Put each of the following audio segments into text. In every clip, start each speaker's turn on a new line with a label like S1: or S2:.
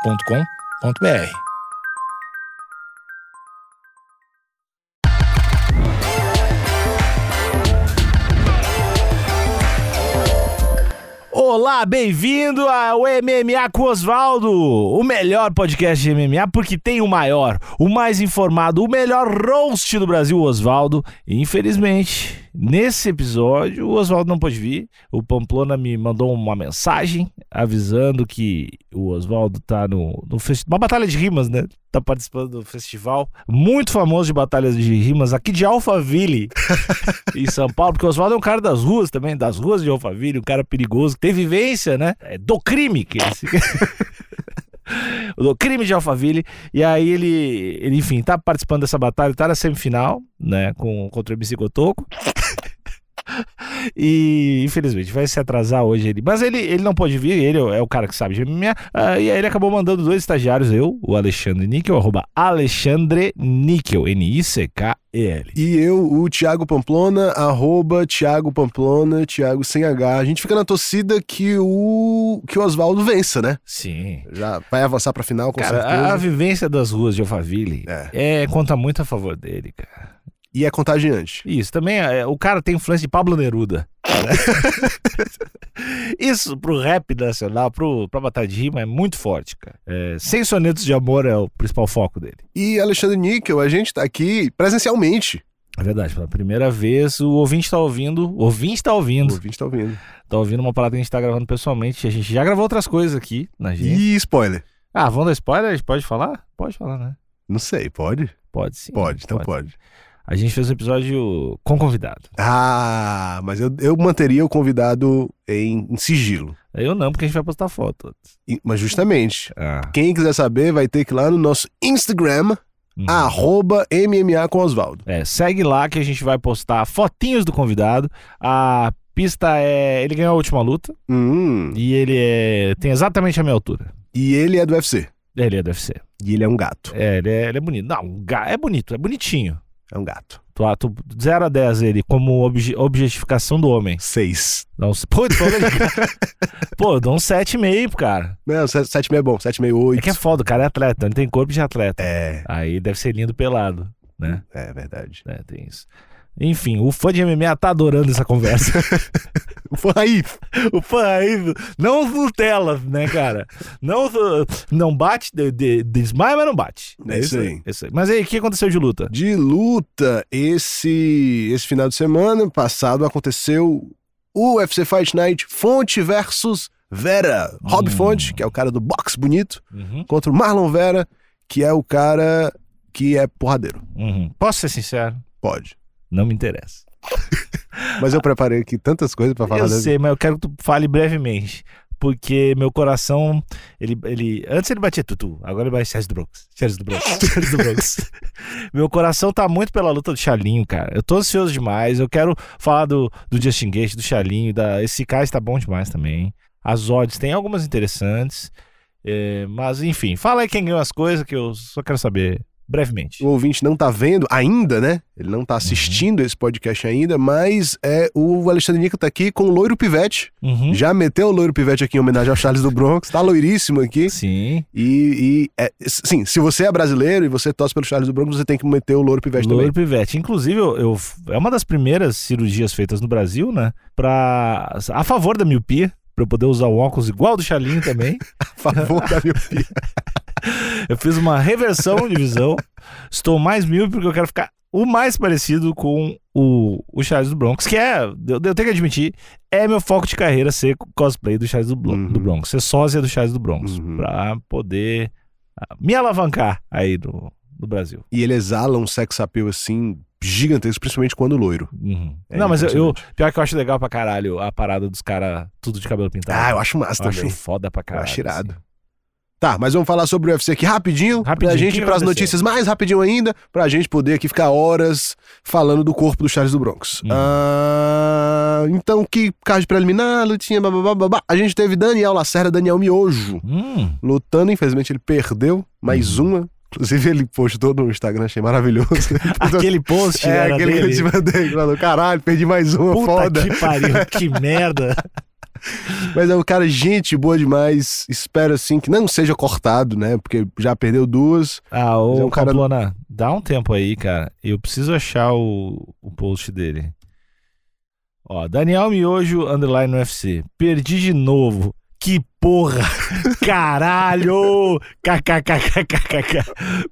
S1: agenciadepodcast.com.br.
S2: Olá, bem-vindo ao MMA com Osvaldo, o melhor podcast de MMA porque tem o maior, o mais informado, o melhor roast do Brasil, o Osvaldo. E, Infelizmente, nesse episódio o Osvaldo não pôde vir. O Pamplona me mandou uma mensagem avisando que o Osvaldo tá no, no festival, uma batalha de rimas, né? Tá participando do festival muito famoso de batalhas de rimas aqui de Alphaville, em São Paulo, porque o Oswaldo é um cara das ruas também, das ruas de Alphaville, um cara perigoso, que tem vivência, né? É, do crime, que esse... do crime de Alphaville. E aí ele, ele, enfim, tá participando dessa batalha, tá na semifinal, né? Com, contra o MC Gotoco. E infelizmente vai se atrasar hoje ele. Mas ele, ele não pode vir, ele é o cara que sabe de MMA. ah, e aí ele acabou mandando dois estagiários, eu, o Alexandre Níquel, arroba Alexandre Níquel, N-I-C-K-E-L.
S3: E eu, o Thiago Pamplona, arroba Thiago Pamplona, Thiago sem H. A gente fica na torcida que o, que o Oswaldo vença, né?
S2: Sim.
S3: Já vai avançar pra final, com
S2: Cara, a
S3: certeza.
S2: vivência das ruas de Alphaville é. conta muito a favor dele, cara.
S3: E é contagiante.
S2: Isso, também é, o cara tem influência de Pablo Neruda. né? Isso pro rap nacional, pro, pra batalha de rima, é muito forte, cara. É, sem sonetos de amor é o principal foco dele.
S3: E Alexandre Níquel, a gente tá aqui presencialmente.
S2: É verdade, pela primeira vez o ouvinte tá ouvindo, o ouvinte tá
S3: O
S2: ouvindo,
S3: ouvinte tá ouvindo.
S2: tá ouvindo uma parada que a gente tá gravando pessoalmente, a gente já gravou outras coisas aqui na gente.
S3: E spoiler?
S2: Ah, vão dar spoiler? A gente pode falar? Pode falar, né?
S3: Não sei, pode?
S2: Pode sim.
S3: Pode, então pode.
S2: A gente fez um episódio com convidado.
S3: Ah, mas eu, eu manteria o convidado em, em sigilo.
S2: Eu não, porque a gente vai postar foto.
S3: E- Mas justamente,
S2: Ah.
S3: quem quiser saber vai ter que ir lá no nosso Instagram,
S2: Uhum.
S3: Ah, arroba MMA com Oswaldo.
S2: É, segue lá que a gente vai postar fotinhos do convidado. A pista é. Ele ganhou a última luta
S3: Hum.
S2: e ele é. tem exatamente a minha altura.
S3: E ele é do UFC.
S2: Ele é do UFC.
S3: E ele é um gato.
S2: É, ele é, ele é bonito. Não, um ga- é bonito, é bonitinho.
S3: É um gato.
S2: Tu, tu 0 a 10 ele, como obje- objetificação do homem.
S3: Seis.
S2: Dá uns, pô, tu falou de- Pô, eu dou um 7,5 pro cara.
S3: Não, se- sete e meio é bom. Sete e meio,
S2: É
S3: oito.
S2: que é foda, o cara é atleta, ele tem corpo de atleta.
S3: É,
S2: Aí deve ser lindo pelado, né?
S3: é verdade.
S2: É, tem isso. Enfim, o fã de MMA tá adorando essa conversa.
S3: Foi aí.
S2: O fã aí, não os Nutellas, né, cara? Não, os- não bate, de- de- desmaia, mas não bate.
S3: É isso aí.
S2: É isso aí. Mas aí, o que aconteceu de luta?
S3: De luta, esse, esse final de semana passado aconteceu o UFC Fight Night Fonte versus Vera. Rob
S2: Hum.
S3: Fonte, que é o cara do box bonito, contra o Marlon Vera, que é o cara que é porradeiro.
S2: Uhum. Posso ser sincero?
S3: Pode.
S2: Não me interessa.
S3: Mas eu preparei aqui tantas coisas pra falar
S2: eu
S3: dessa-
S2: sei, mas eu quero que tu fale brevemente. Porque meu coração, ele, ele antes ele batia tutu, agora ele bate Charles do Bronx. Charles do Bronx. Charles do Bronx. meu coração tá muito pela luta do Chalinho, cara. Eu tô ansioso demais. Eu quero falar do, do Justin Gage, do Chalinho, da esse cara está bom demais também. As odds tem algumas interessantes. é, mas enfim, fala aí quem ganhou as coisas que eu só quero saber brevemente.
S3: O ouvinte não tá vendo ainda, né? Ele não tá assistindo esse podcast ainda, mas é o Alexandre Nico tá aqui com o Loiro Pivete.
S2: Uhum.
S3: Já meteu o Loiro Pivete aqui em homenagem ao Charles do Bronx. Tá loiríssimo aqui.
S2: Sim.
S3: E, e é, sim, se você é brasileiro e você torce pelo Charles do Bronx, você tem que meter o Louro Pivete
S2: Louro Pivete. Inclusive, eu, eu- é uma das primeiras cirurgias feitas no Brasil, né? Pra, a favor da miopia, pra eu poder usar o óculos igual do Chalinho também.
S3: também. A favor da miopia.
S2: Eu fiz uma reversão de visão. Estou mais míope porque eu quero ficar o mais parecido com o, o Charles do Bronx, que é, eu, eu tenho que admitir, é meu foco de carreira ser cosplay do Charles do, Blo-
S3: Uhum.
S2: do Bronx, ser sósia do Charles do Bronx,
S3: Uhum.
S2: pra poder ah, me alavancar aí no, no Brasil.
S3: E ele exala um sex appeal assim gigantesco, principalmente quando loiro.
S2: Uhum.
S3: É
S2: não, mas eu, eu-
S3: impressionante.
S2: Pior que eu acho legal pra caralho a parada dos caras tudo de cabelo pintado.
S3: Ah, eu acho massa
S2: Eu
S3: também.
S2: foda pra
S3: Eu
S2: caralho.
S3: acho irado.
S2: assim.
S3: Tá, mas vamos falar sobre o UFC aqui rapidinho.
S2: Rapidinho,
S3: Pra
S2: o que
S3: gente ir
S2: que
S3: pras
S2: aconteceu?
S3: notícias mais rapidinho ainda, pra gente poder aqui ficar horas falando do corpo do Charles do Bronx.
S2: Hum.
S3: Ah, então, que card preliminar, lutinha, babá, babá. A gente teve Daniel Lacerda, Daniel Miojo.
S2: Hum,
S3: lutando. Infelizmente, ele perdeu mais
S2: Uhum.
S3: uma. Inclusive, ele postou no Instagram, achei maravilhoso.
S2: aquele post
S3: é,
S2: era
S3: aquele que eu
S2: dele.
S3: te mandei, que falou, caralho, perdi mais uma,
S2: Puta
S3: foda.
S2: que pariu, que merda.
S3: Mas é um cara, gente boa demais. Espero, assim, que não seja cortado, né? Porque já perdeu duas.
S2: Ah,
S3: Mas é
S2: ô
S3: um cara-
S2: Pamplona, dá um tempo aí, cara. Eu preciso achar o, o post dele. Ó, Daniel Miojo, underline UFC. Perdi de novo. Que porra! Caralho! KKKKKK.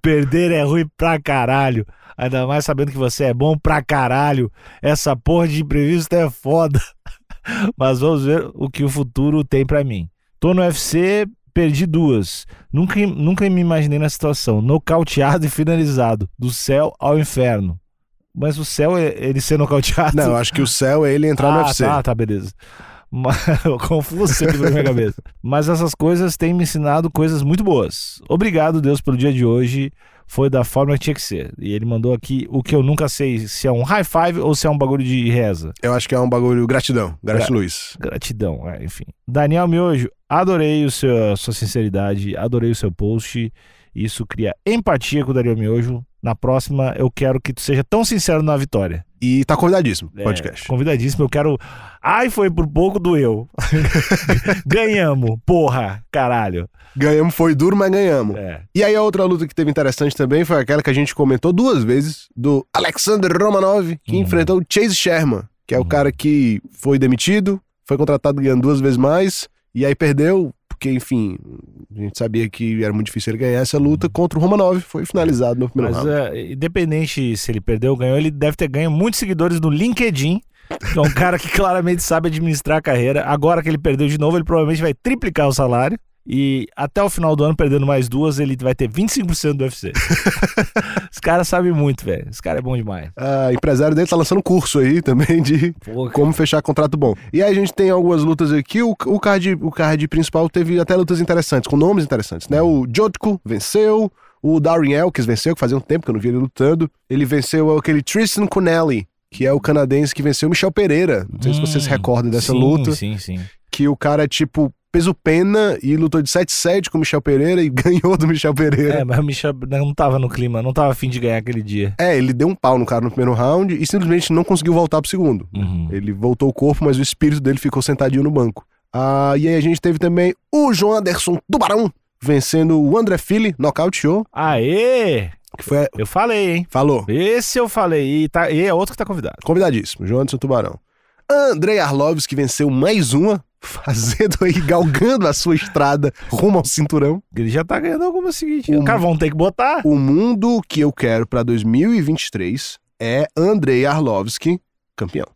S2: Perder é ruim pra caralho. Ainda mais sabendo que você é bom pra caralho. Essa porra de imprevisto é foda. Mas vamos ver o que o futuro tem pra mim. Tô no UFC, perdi duas. Nunca, nunca me imaginei na situação. Nocauteado e finalizado. Do céu ao inferno. Mas o céu, é- ele ser nocauteado.
S3: Não, eu acho que o céu é ele entrar
S2: ah,
S3: no UFC.
S2: Tá, tá, beleza. Mas, confuso aqui na minha cabeça. Mas essas coisas têm me ensinado coisas muito boas. Obrigado, Deus, pelo dia de hoje. Foi da forma que tinha que ser. E ele mandou aqui o que eu nunca sei se é um high five ou se é um bagulho de reza.
S3: Eu acho que é um bagulho. Gratidão. Gratiluz.
S2: Gratidão, é, enfim. Daniel Miojo, adorei o seu, sua sinceridade, adorei o seu post. Isso cria empatia com o Daniel Miojo. Na próxima, eu quero que tu seja tão sincero na vitória.
S3: E tá convidadíssimo
S2: É,
S3: podcast.
S2: Convidadíssimo, eu quero. Ai, foi por pouco, doeu. Ganhamos, porra, caralho.
S3: Ganhamos, foi duro, mas ganhamos.
S2: É.
S3: E aí a outra luta que teve interessante também foi aquela que a gente comentou duas vezes, do Alexander Romanov, que
S2: Hum.
S3: enfrentou o Chase Sherman, que é o
S2: Hum.
S3: cara que foi demitido, foi contratado ganhando duas vezes mais, e aí perdeu, porque, enfim, a gente sabia que era muito difícil ele ganhar essa luta contra o Romanov, foi finalizado no primeiro
S2: Uhum. Mas
S3: round.
S2: é, independente se ele perdeu ou ganhou, ele deve ter ganho muitos seguidores no LinkedIn. que É um cara que claramente sabe administrar a carreira. Agora que ele perdeu de novo, ele provavelmente vai triplicar o salário. E até o final do ano, perdendo mais duas, ele vai ter 25% do UFC. Esse cara sabe muito, velho. Esse cara é bom demais.
S3: Ah, empresário dele tá lançando curso aí também de
S2: Pô,
S3: como fechar contrato bom. E aí a gente tem algumas lutas aqui. O, o, card, o card principal teve até lutas interessantes, com nomes interessantes, né? O Jotko venceu, o Darren Elkins venceu, que fazia um tempo que eu não via ele lutando. Ele venceu aquele Tristan Connelly, que é o canadense que venceu o Michel Pereira. Não sei se vocês
S2: Hum,
S3: recordam dessa
S2: sim,
S3: luta,
S2: Sim, sim.
S3: que o cara é tipo peso pena e lutou de 7-7 com o Michel Pereira e ganhou do Michel Pereira.
S2: É, mas o Michel não tava no clima, não tava afim de ganhar aquele dia.
S3: É, ele deu um pau no cara no primeiro round e simplesmente não conseguiu voltar pro segundo.
S2: Uhum.
S3: Ele voltou o corpo, mas o espírito dele ficou sentadinho no banco. Ah, e aí a gente teve também o João Anderson Tubarão vencendo o André Fili, nocauteou,
S2: Aê!
S3: que foi.
S2: Eu falei, hein?
S3: Falou,
S2: Esse eu falei. E, tá, e é outro que tá convidado.
S3: convidadíssimo, João Anderson Tubarão. Andrei Arlovski venceu mais uma, fazendo aí, galgando a sua estrada rumo ao cinturão.
S2: Ele já tá ganhando alguma seguinte.
S3: Um-
S2: Cara, vão ter que botar.
S3: O mundo que eu quero pra 2023 é Andrei Arlovski campeão.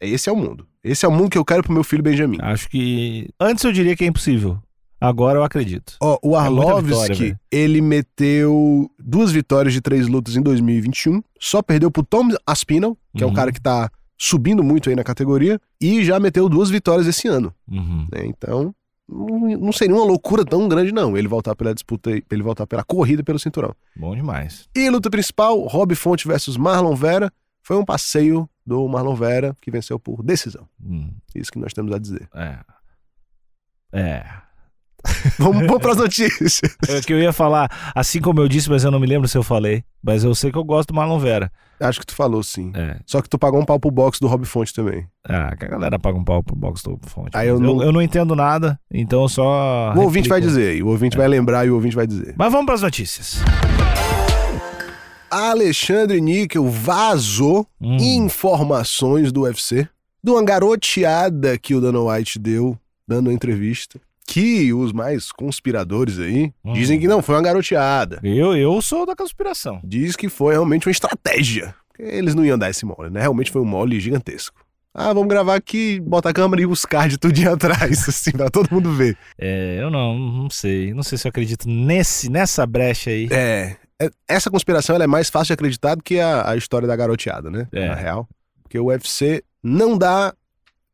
S3: Esse é o mundo. Esse é o mundo que eu quero pro meu filho Benjamin.
S2: Acho que. Antes eu diria que é impossível. Agora eu acredito.
S3: Ó, o
S2: É muita vitória,
S3: Arlovski,
S2: velho.
S3: ele meteu duas vitórias de três lutas em 2021, só perdeu pro Tom Aspinall, que é
S2: Uhum.
S3: um cara que tá subindo muito aí na categoria, e já meteu duas vitórias esse ano,
S2: Uhum.
S3: né? Então, não não seria uma loucura tão grande não, ele voltar pela disputa, aí- ele voltar pela corrida e pelo cinturão.
S2: Bom demais.
S3: E a luta principal, Rob Fonte versus Marlon Vera, foi um passeio do Marlon Vera, que venceu por decisão.
S2: Hum,
S3: Isso que nós temos a dizer.
S2: É. É.
S3: Vamos, vamos pras notícias.
S2: É o que eu ia falar, assim como eu disse, mas eu não me lembro se eu falei. Mas eu sei que eu gosto do Marlon Vera.
S3: Acho que tu falou sim.
S2: É.
S3: Só que tu pagou um pau pro box do Rob Fonte também.
S2: Ah, que a galera paga um pau pro box do fonte.
S3: Aí Ah, eu
S2: Mas
S3: não-
S2: eu não entendo nada, então eu só.
S3: O
S2: replico.
S3: ouvinte vai dizer, e o
S2: É.
S3: ouvinte vai lembrar e o ouvinte vai dizer.
S2: Mas vamos pras notícias.
S3: Alexandre Níquel vazou
S2: Hum.
S3: informações do UFC de uma garoteada que o Dana White deu dando uma entrevista. Que os mais conspiradores aí
S2: Hum.
S3: dizem que não foi uma garoteada.
S2: Eu, eu sou da conspiração.
S3: Diz que foi realmente uma estratégia. Porque Eles não iam dar esse mole, né? Realmente foi um mole gigantesco. Ah, vamos gravar aqui, bota a câmera e os cards tudinho atrás, assim, pra todo mundo ver.
S2: É, eu não, não sei. Não sei se eu acredito nesse, nessa brecha aí.
S3: É. é- Essa conspiração ela é mais fácil de acreditar do que a, a história da garoteada, né?
S2: É.
S3: Na real. Porque o UFC não dá.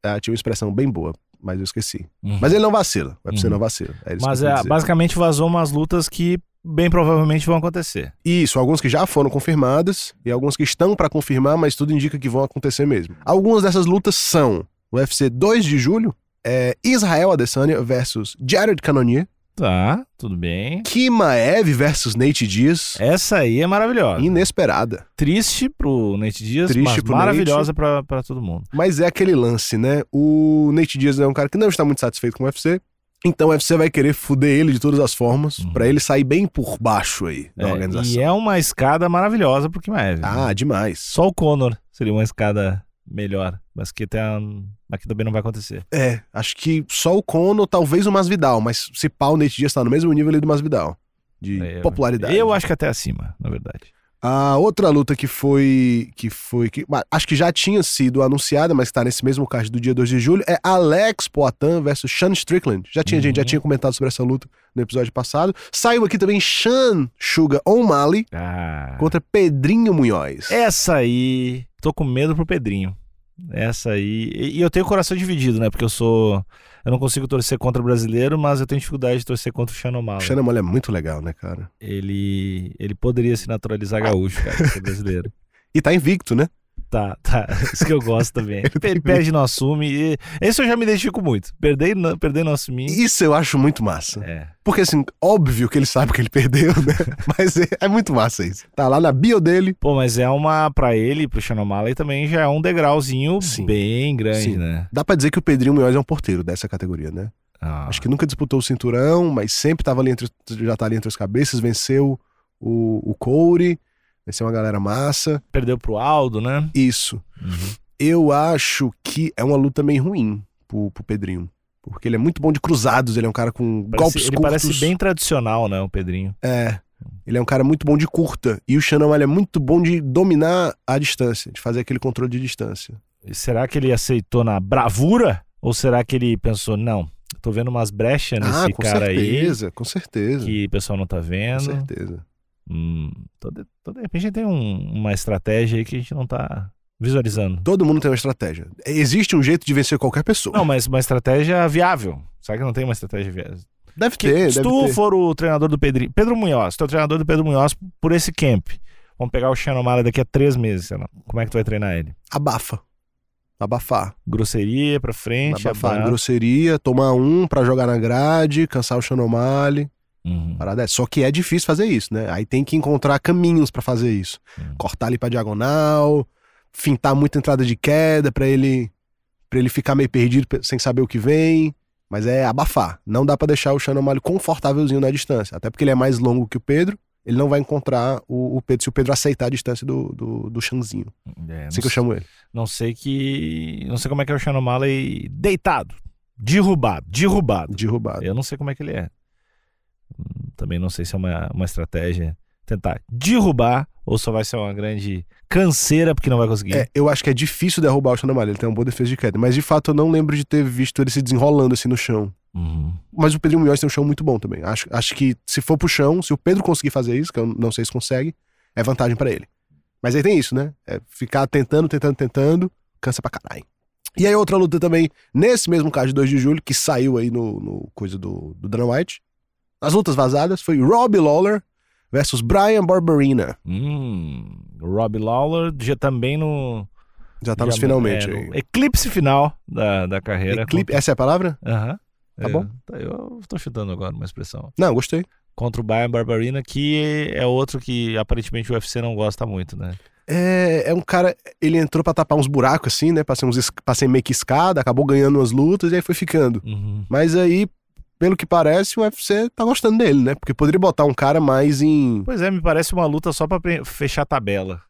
S3: Ah, tinha uma expressão bem boa, mas eu esqueci.
S2: Uhum.
S3: Mas ele não vacila. O UFC
S2: Uhum.
S3: não vacila. É isso
S2: Mas
S3: que eu
S2: é,
S3: quis dizer.
S2: basicamente vazou umas lutas que bem provavelmente vão acontecer.
S3: Isso, alguns que já foram confirmadas e alguns que estão pra confirmar, mas tudo indica que vão acontecer mesmo. Algumas dessas lutas são o UFC 2 de julho, é Israel Adesanya versus Jared Cannonier.
S2: Tá, tudo bem.
S3: Kimaev versus Nate Diaz.
S2: Essa aí é maravilhosa.
S3: Inesperada.
S2: Triste pro Nate Dias,
S3: Triste
S2: mas
S3: pro
S2: maravilhosa pra, pra todo mundo.
S3: Mas é aquele lance, né? O Nate Diaz é um cara que não está muito satisfeito com o UFC. Então o UFC vai querer fuder ele de todas as formas pra ele sair bem por baixo aí da
S2: Uhum. É,
S3: organização.
S2: e é uma escada maravilhosa pro Kimaev.
S3: Ah, demais.
S2: Só o Conor seria uma escada melhor, mas que, até, a- mas que também não vai acontecer.
S3: É, acho que só o Conor, talvez o Masvidal, mas se pau o Nate Diaz tá no mesmo nível ali do Masvidal. De
S2: É,
S3: popularidade.
S2: Eu acho que até acima, na verdade.
S3: A outra luta que foi. que foi. Que, ma- acho que já tinha sido anunciada, mas tá nesse mesmo card do dia 2 de julho, é Alex Poitin versus Sean Strickland. Já tinha,
S2: Uhum.
S3: gente, já tinha comentado sobre essa luta no episódio passado. Saiu aqui também Sean Sugar O'Malley
S2: Ah.
S3: contra Pedrinho Munhoz.
S2: Essa aí, tô com medo pro Pedrinho. Essa aí. E e eu tenho o coração dividido, né? Porque eu sou. Eu não consigo torcer contra o brasileiro, mas eu tenho dificuldade de torcer contra o Xanomalo.
S3: O Sean O'Malley é muito legal, né, cara?
S2: Ele. Ele poderia se naturalizar gaúcho, cara, ser brasileiro.
S3: E tá invicto, né?
S2: Tá, tá. Isso que eu gosto também. Ele perde e não assume. E... Esse eu já me identifico muito. Perder, e não- perder e não assumir.
S3: Isso eu acho muito massa.
S2: É.
S3: Porque, assim, óbvio que ele sabe que ele perdeu, né? Mas é, é muito massa isso. Tá lá na bio dele.
S2: Pô, mas é uma. Pra ele, pro Xanomalo, também já é um degrauzinho
S3: Sim.
S2: bem grande,
S3: Sim.
S2: né?
S3: Dá pra dizer que o Pedrinho Munhoz é um porteiro dessa categoria, né?
S2: Ah.
S3: Acho que nunca disputou o cinturão, mas sempre tava ali entre, já tá ali entre as cabeças, venceu o, o Coure, venceu uma galera massa.
S2: Perdeu pro Aldo, né?
S3: Isso.
S2: Uhum.
S3: Eu acho que é uma luta meio ruim pro, pro Pedrinho. Porque ele é muito bom de cruzados, ele é um cara com
S2: Parece-
S3: golpes
S2: ele
S3: curtos.
S2: parece bem tradicional, né, o Pedrinho?
S3: É. Ele é um cara muito bom de curta. E o Shannon ele é muito bom de dominar a distância, de fazer aquele controle de distância.
S2: E Será que ele aceitou na bravura? Ou será que ele pensou, não, tô vendo umas brechas É nesse
S3: ah, com
S2: cara
S3: certeza, com
S2: aí
S3: certeza.
S2: que o pessoal não tá
S3: Com
S2: vendo?
S3: certeza.
S2: Hum, tô de, tô de repente tem um- uma estratégia aí que a gente não tá visualizando.
S3: Todo mundo tem uma estratégia. Existe um jeito de vencer qualquer pessoa.
S2: Não, mas uma estratégia viável. Será que não tem uma estratégia viável?
S3: deve
S2: Que-
S3: ter,
S2: se
S3: deve
S2: tu
S3: ter.
S2: for o treinador do Pedrinho, Pedro Munhoz, tu é o treinador do Pedro Munhoz por esse camp. Vamos pegar o Shannon Mala daqui a três meses, sei lá. Como é que tu vai treinar ele?
S3: abafa. Abafar.
S2: Grosseria pra frente,
S3: Abafar.
S2: abraço.
S3: Grosseria, tomar um pra jogar na grade, cansar o Xanomali.
S2: Uhum.
S3: Parada é. Só que é difícil fazer isso, né? Aí tem que encontrar caminhos pra fazer isso.
S2: Hum.
S3: Cortar ali pra diagonal, fintar muita entrada de queda pra ele para ele ficar meio perdido pe- sem saber o que vem. Mas é abafar. Não dá pra deixar o Xanomali confortávelzinho na distância. Até porque ele é mais longo que o Pedro. Ele não vai encontrar o, o Pedro se o Pedro aceitar a distância do, do, do Xanzinho.
S2: É, não
S3: Assim que eu chamo ele.
S2: Não sei que. Não sei como é que é o Shannon Malley deitado. Derrubado, derrubado.
S3: Derrubado.
S2: Eu não sei como é que ele é. Hum, Também não sei se é uma, uma estratégia tentar derrubar ou só vai ser uma grande canseira porque não vai conseguir.
S3: É, eu acho que é difícil derrubar o Xanamari, ele tem uma boa defesa de queda, mas de fato eu não lembro de ter visto ele se desenrolando assim no chão.
S2: Uhum.
S3: Mas o Pedro Munhoz tem um chão muito bom também. Acho, acho que se for pro chão, se o Pedro conseguir fazer isso, que eu não sei se consegue, é vantagem pra ele. Mas aí tem isso, né? É ficar tentando, tentando, tentando, cansa pra caralho. E aí outra luta também, nesse mesmo card de 2 de julho, que saiu aí no, no coisa do, do Dana White, as lutas vazadas, foi Robbie Lawler versus Brian Barberina.
S2: Hum. Rob Lawler já também no.
S3: Já estamos
S2: já-
S3: finalmente
S2: é,
S3: aí.
S2: no Eclipse final da, da carreira.
S3: Eclipse, essa é a palavra?
S2: Contra- Aham.
S3: Tá
S2: É,
S3: bom.
S2: Eu tô chutando agora uma expressão.
S3: Não, gostei.
S2: Contra o Bayern Barbarina, que é outro que aparentemente o UFC não gosta muito, né?
S3: É, é um cara. Ele entrou pra tapar uns buracos, assim, né? Passei, uns, es- passei meio que escada, acabou ganhando umas lutas e aí foi ficando.
S2: Uhum.
S3: Mas aí, pelo que parece, o UFC tá gostando dele, né? Porque poderia botar um cara mais em.
S2: Pois é, me parece uma luta só pra pre- fechar a tabela.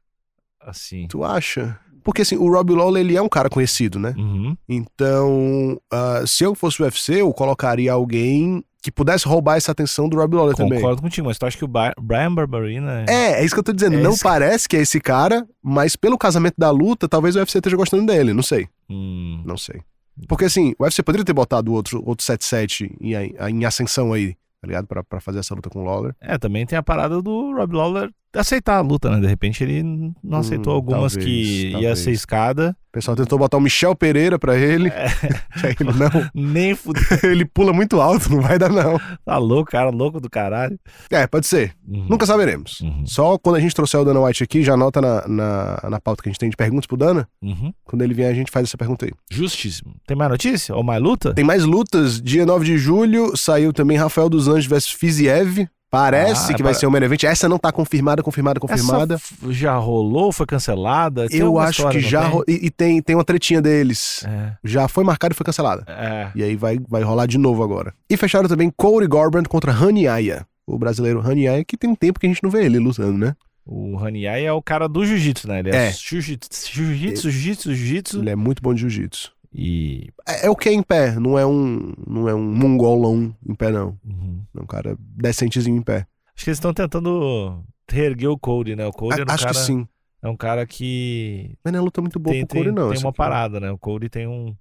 S2: Assim.
S3: Tu acha? Porque assim, o Rob Lawler, ele é um cara conhecido, né?
S2: Uhum.
S3: Então, ah, se eu fosse o UFC, eu colocaria alguém que pudesse roubar essa atenção do Rob Lawler também.
S2: Concordo contigo, mas tu acha que o Ba- Brian Barbarina.
S3: É, é isso que eu tô dizendo.
S2: É
S3: não
S2: esse-
S3: parece que é esse cara, mas pelo casamento da luta, talvez o UFC esteja gostando dele, não sei.
S2: Hum,
S3: Não sei. Porque assim, o UFC poderia ter botado o outro, outro 7-7 em, em ascensão aí, tá ligado? Pra, pra fazer essa luta com o Lawler.
S2: é, também tem a parada do Rob Lawler aceitar a luta, né? De repente ele não aceitou
S3: Hum,
S2: algumas
S3: talvez,
S2: que ia
S3: talvez.
S2: ser escada.
S3: O pessoal tentou botar o Michel Pereira pra ele.
S2: É.
S3: Aí ele, não,
S2: Nem fudeu.
S3: ele pula muito alto, não vai dar não.
S2: Tá louco, cara, louco do caralho.
S3: É, pode ser.
S2: Uhum.
S3: Nunca saberemos.
S2: Uhum.
S3: Só quando a gente trouxer o Dana White aqui, já anota na, na, na pauta que a gente tem de perguntas pro Dana.
S2: Uhum.
S3: Quando ele vier, a gente faz essa pergunta aí.
S2: Justíssimo. Tem mais notícia? Ou mais luta?
S3: Tem mais lutas. Dia 9 de julho saiu também Rafael dos Anjos versus Fiziev. Parece
S2: Ah,
S3: que vai
S2: para-
S3: ser o main event. Essa não tá confirmada, confirmada, confirmada.
S2: Essa f- já rolou? Foi cancelada? Tem
S3: Eu
S2: alguma
S3: acho
S2: história,
S3: que
S2: não
S3: já.
S2: tem?
S3: ro- E, e tem, tem uma tretinha deles.
S2: É.
S3: Já foi marcada e foi cancelada.
S2: É.
S3: E aí vai, vai rolar de novo agora. E fecharam também Corey Garbrandt contra Haniaya. O brasileiro Haniaya, que tem um tempo que a gente não vê ele lutando, né?
S2: O Haniai é o cara do jiu-jitsu, né? Ele é,
S3: É.
S2: jiu-jitsu, jiu-jitsu, jiu-jitsu, jiu-jitsu.
S3: Ele é muito bom de jiu-jitsu.
S2: E.
S3: É, é o que é em pé, não é um não é um mongolão em pé, não.
S2: Uhum.
S3: É um cara decentezinho em pé.
S2: Acho que eles estão tentando reerguer o Cody, né? O Cody
S3: A-
S2: é um
S3: acho
S2: cara,
S3: que sim.
S2: é um cara que
S3: Mas não é luta muito boa
S2: tem,
S3: pro Corey,
S2: tem-
S3: não.
S2: tem
S3: essa
S2: uma
S3: aqui.
S2: parada, né? O Cody tem um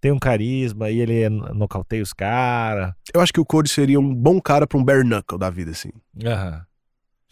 S2: tem um carisma e ele é- nocauteia os caras.
S3: Eu acho que o Corey seria um bom cara pra um bare knuckle da vida, assim.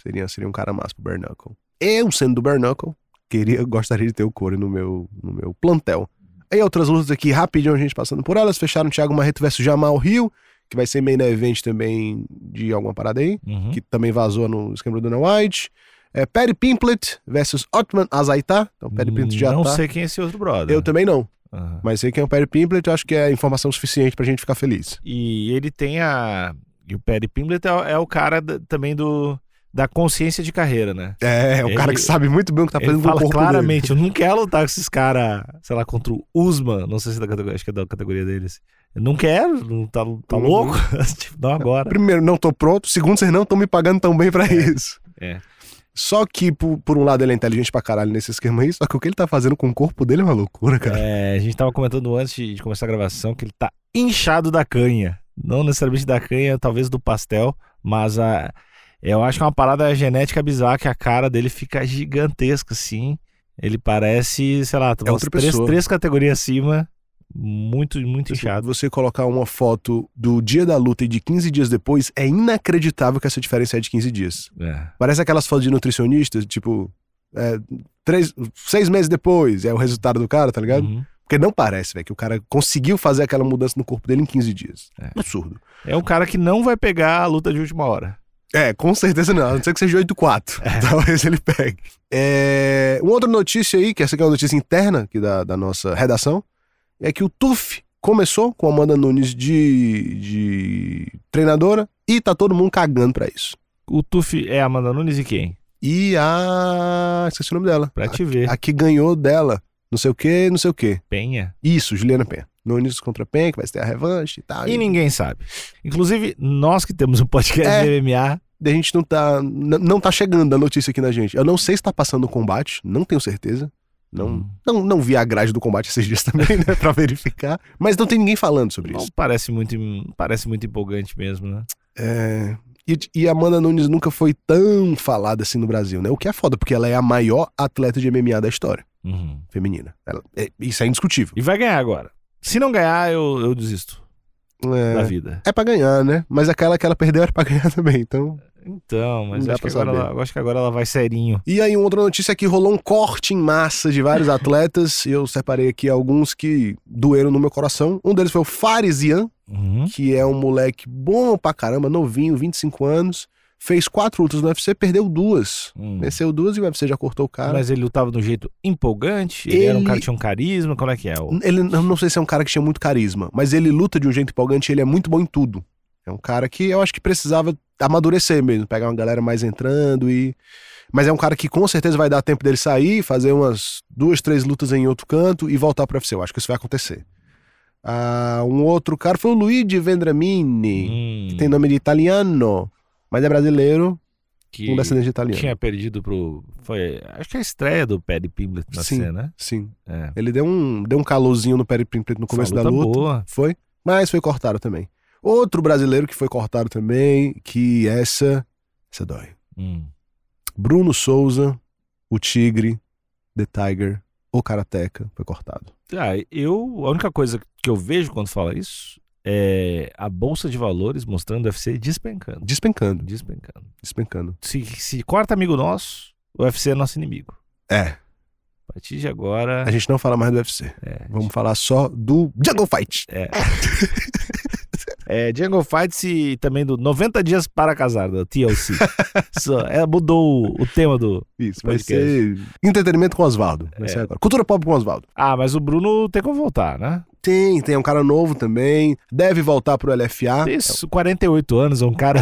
S3: Seria, seria um cara massa pro bare knuckle. Eu, sendo do bare knuckle, queria, gostaria de ter o Corey no meu, no meu plantel. Aí outras lutas aqui, rapidinho a gente passando por elas. Fecharam Thiago Marreto versus Jamal Rio, que vai ser main event também de alguma parada aí,
S2: Uhum.
S3: que também vazou no esquema do Dana White. É, Perry Pimplet versus Otman Azaita. Então, Perry Pimplet já
S2: Não
S3: tá.
S2: sei quem é esse outro brother.
S3: Eu também não,
S2: Aham.
S3: mas sei quem é o Perry Pimplet, eu acho que é informação suficiente pra gente ficar feliz.
S2: E ele tem a e o Perry Pimblet é, o- é o cara da- também do da consciência de carreira, né?
S3: É, é o cara
S2: Ele-
S3: que sabe muito bem o que tá
S2: ele
S3: fazendo com o
S2: fala
S3: corpo dele.
S2: claramente, eu não quero lutar com esses caras, sei lá, contra o Usman, não sei se é da categoria, acho que é da categoria deles. Eu não quero, não tá, tá
S3: Uhum.
S2: louco? tipo, não agora.
S3: Primeiro, não tô pronto. Segundo, vocês não estão me pagando tão bem pra isso.
S2: é.
S3: Só que, por, por um lado, ele é inteligente pra caralho nesse esquema aí, só que o que ele tá fazendo com o corpo dele é uma loucura, cara.
S2: É, a gente tava comentando antes de de começar a gravação que ele tá inchado da canha. Não necessariamente da canha, talvez do pastel, mas a, eu acho que é uma parada genética bizarra que a cara dele fica gigantesca, assim. Ele parece, sei lá, umas
S3: É outra
S2: três,
S3: pessoa.
S2: três categorias acima, muito, muito
S3: Se
S2: inchado.
S3: Tipo, Você colocar uma foto do dia da luta e de 15 dias depois, é inacreditável que essa diferença é de 15 dias.
S2: É.
S3: Parece aquelas fotos de nutricionistas, tipo, é, três, seis meses depois, é o resultado do cara, tá ligado?
S2: Uhum.
S3: Porque não parece, velho, que o cara conseguiu fazer aquela mudança no corpo dele em 15 dias.
S2: É.
S3: Absurdo.
S2: É um cara que não vai pegar a luta de última hora.
S3: É, com certeza não. A não ser que seja 8-4.
S2: É.
S3: Talvez ele pegue. É, uma outra notícia aí, que essa aqui é uma notícia interna aqui da, da nossa redação, é que o TUF começou com a Amanda Nunes de, de treinadora e tá todo mundo cagando pra isso.
S2: O Tuf é a Amanda Nunes e quem?
S3: E a... esqueci o nome dela.
S2: Pra
S3: A,
S2: te ver.
S3: a que ganhou dela, não sei o que, não sei o que.
S2: Penha.
S3: Isso, Juliana Penha. Nunes contra Penha, que vai ter a revanche e tal.
S2: E ninguém sabe. Inclusive, nós que temos um podcast
S3: É.
S2: de MMA,
S3: a gente não tá. n- Não tá chegando a notícia aqui na gente. Eu não sei se tá passando o combate, não tenho certeza. Não,
S2: Hum.
S3: não, não vi a grade do combate esses dias também, né? pra verificar. Mas não tem ninguém falando sobre
S2: Não
S3: isso.
S2: parece muito, im- parece muito empolgante mesmo, né?
S3: É, E, e a Amanda Nunes nunca foi tão falada assim no Brasil, né? O que é foda, porque ela é a maior atleta de MMA da história, Uhum. feminina. Ela- é- isso é indiscutível.
S2: E vai ganhar agora. Se não ganhar, eu, eu desisto da
S3: É,
S2: vida.
S3: é pra ganhar, né? Mas aquela que ela perdeu era pra ganhar também, então.
S2: Então, mas
S3: Não dá
S2: acho que,
S3: pra
S2: agora
S3: saber.
S2: ela, eu acho que agora ela vai serinho.
S3: E aí, uma outra notícia é que rolou um corte em massa de vários atletas. e eu separei aqui alguns que doeram no meu coração. Um deles foi o Farisian,
S2: Uhum.
S3: que é um moleque bom pra caramba, novinho, 25 anos. Fez quatro lutas no UFC, perdeu duas.
S2: Hum.
S3: Venceu duas e o UFC já cortou o cara.
S2: Mas ele lutava de um jeito empolgante, ele... era um
S3: Ele-
S2: cara que tinha um carisma, como é que é? O...
S3: Ele eu não sei se é um cara que tinha muito carisma, mas ele luta de um jeito empolgante e ele é muito bom em tudo. É um cara que eu acho que precisava amadurecer mesmo, pegar uma galera mais entrando e. Mas é um cara que com certeza vai dar tempo dele sair, fazer umas duas, três lutas em outro canto e voltar pro UFC. Eu acho que isso vai acontecer. Ah, um outro cara foi o Luigi Vendramini,
S2: Hum,
S3: que tem nome de italiano, mas é brasileiro,
S2: que
S3: um descendente de italiano.
S2: tinha perdido pro... Foi, acho que é a estreia do Paddy Pimblet na
S3: Sim.
S2: cena, né?
S3: Sim.
S2: É.
S3: Ele deu um, deu um calorzinho no Perry Pimplet no começo
S2: Essa
S3: da luta.
S2: boa.
S3: Foi? Mas foi cortado também. Outro brasileiro que foi cortado também, que essa. Essa dói.
S2: Hum.
S3: Bruno Souza, o Tigre, The Tiger, o Karateca, foi cortado.
S2: Ah, eu... A única coisa que eu vejo quando fala isso é, a bolsa de valores mostrando o UFC despencando.
S3: Despencando,
S2: Despencando.
S3: despencando.
S2: Se, se corta amigo nosso, o UFC é nosso inimigo.
S3: É,
S2: A partir de agora.
S3: a gente não fala mais do UFC. Vamos falar só do Jungle Fight.
S2: É, Jungle Fights e também do 90 Dias para Casar, da TLC. Só, é, mudou o, o tema do.
S3: Isso, vai
S2: É, Podcast.
S3: ser entretenimento com Oswaldo. Vai
S2: É.
S3: ser agora. Cultura pop com Oswaldo.
S2: Ah, mas o Bruno tem como voltar, né?
S3: Tem, tem é um cara novo também. Deve voltar pro LFA.
S2: Isso, 48 anos, é um cara.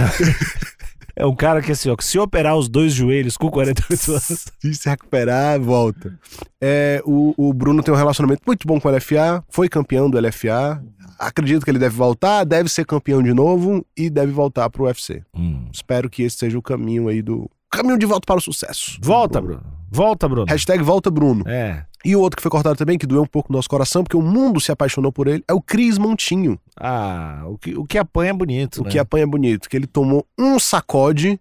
S2: é um cara que, assim, ó, que se operar os dois joelhos com 48 anos.
S3: Se se recuperar, volta. É, o, o Bruno tem um relacionamento muito bom com o LFA, foi campeão do LFA. Acredito que ele deve voltar, deve ser campeão de novo e deve voltar pro UFC.
S2: Hum.
S3: Espero que esse seja o caminho aí do. Caminho de volta para o sucesso.
S2: Volta, Bruno. Volta, Bruno.
S3: Hashtag volta Bruno.
S2: É.
S3: E o outro que foi cortado também, que doeu um pouco no nosso coração, porque o mundo se apaixonou por ele, é o Cris Montinho.
S2: Ah, o que, o que apanha é bonito.
S3: O
S2: né?
S3: que apanha bonito, que ele tomou um sacode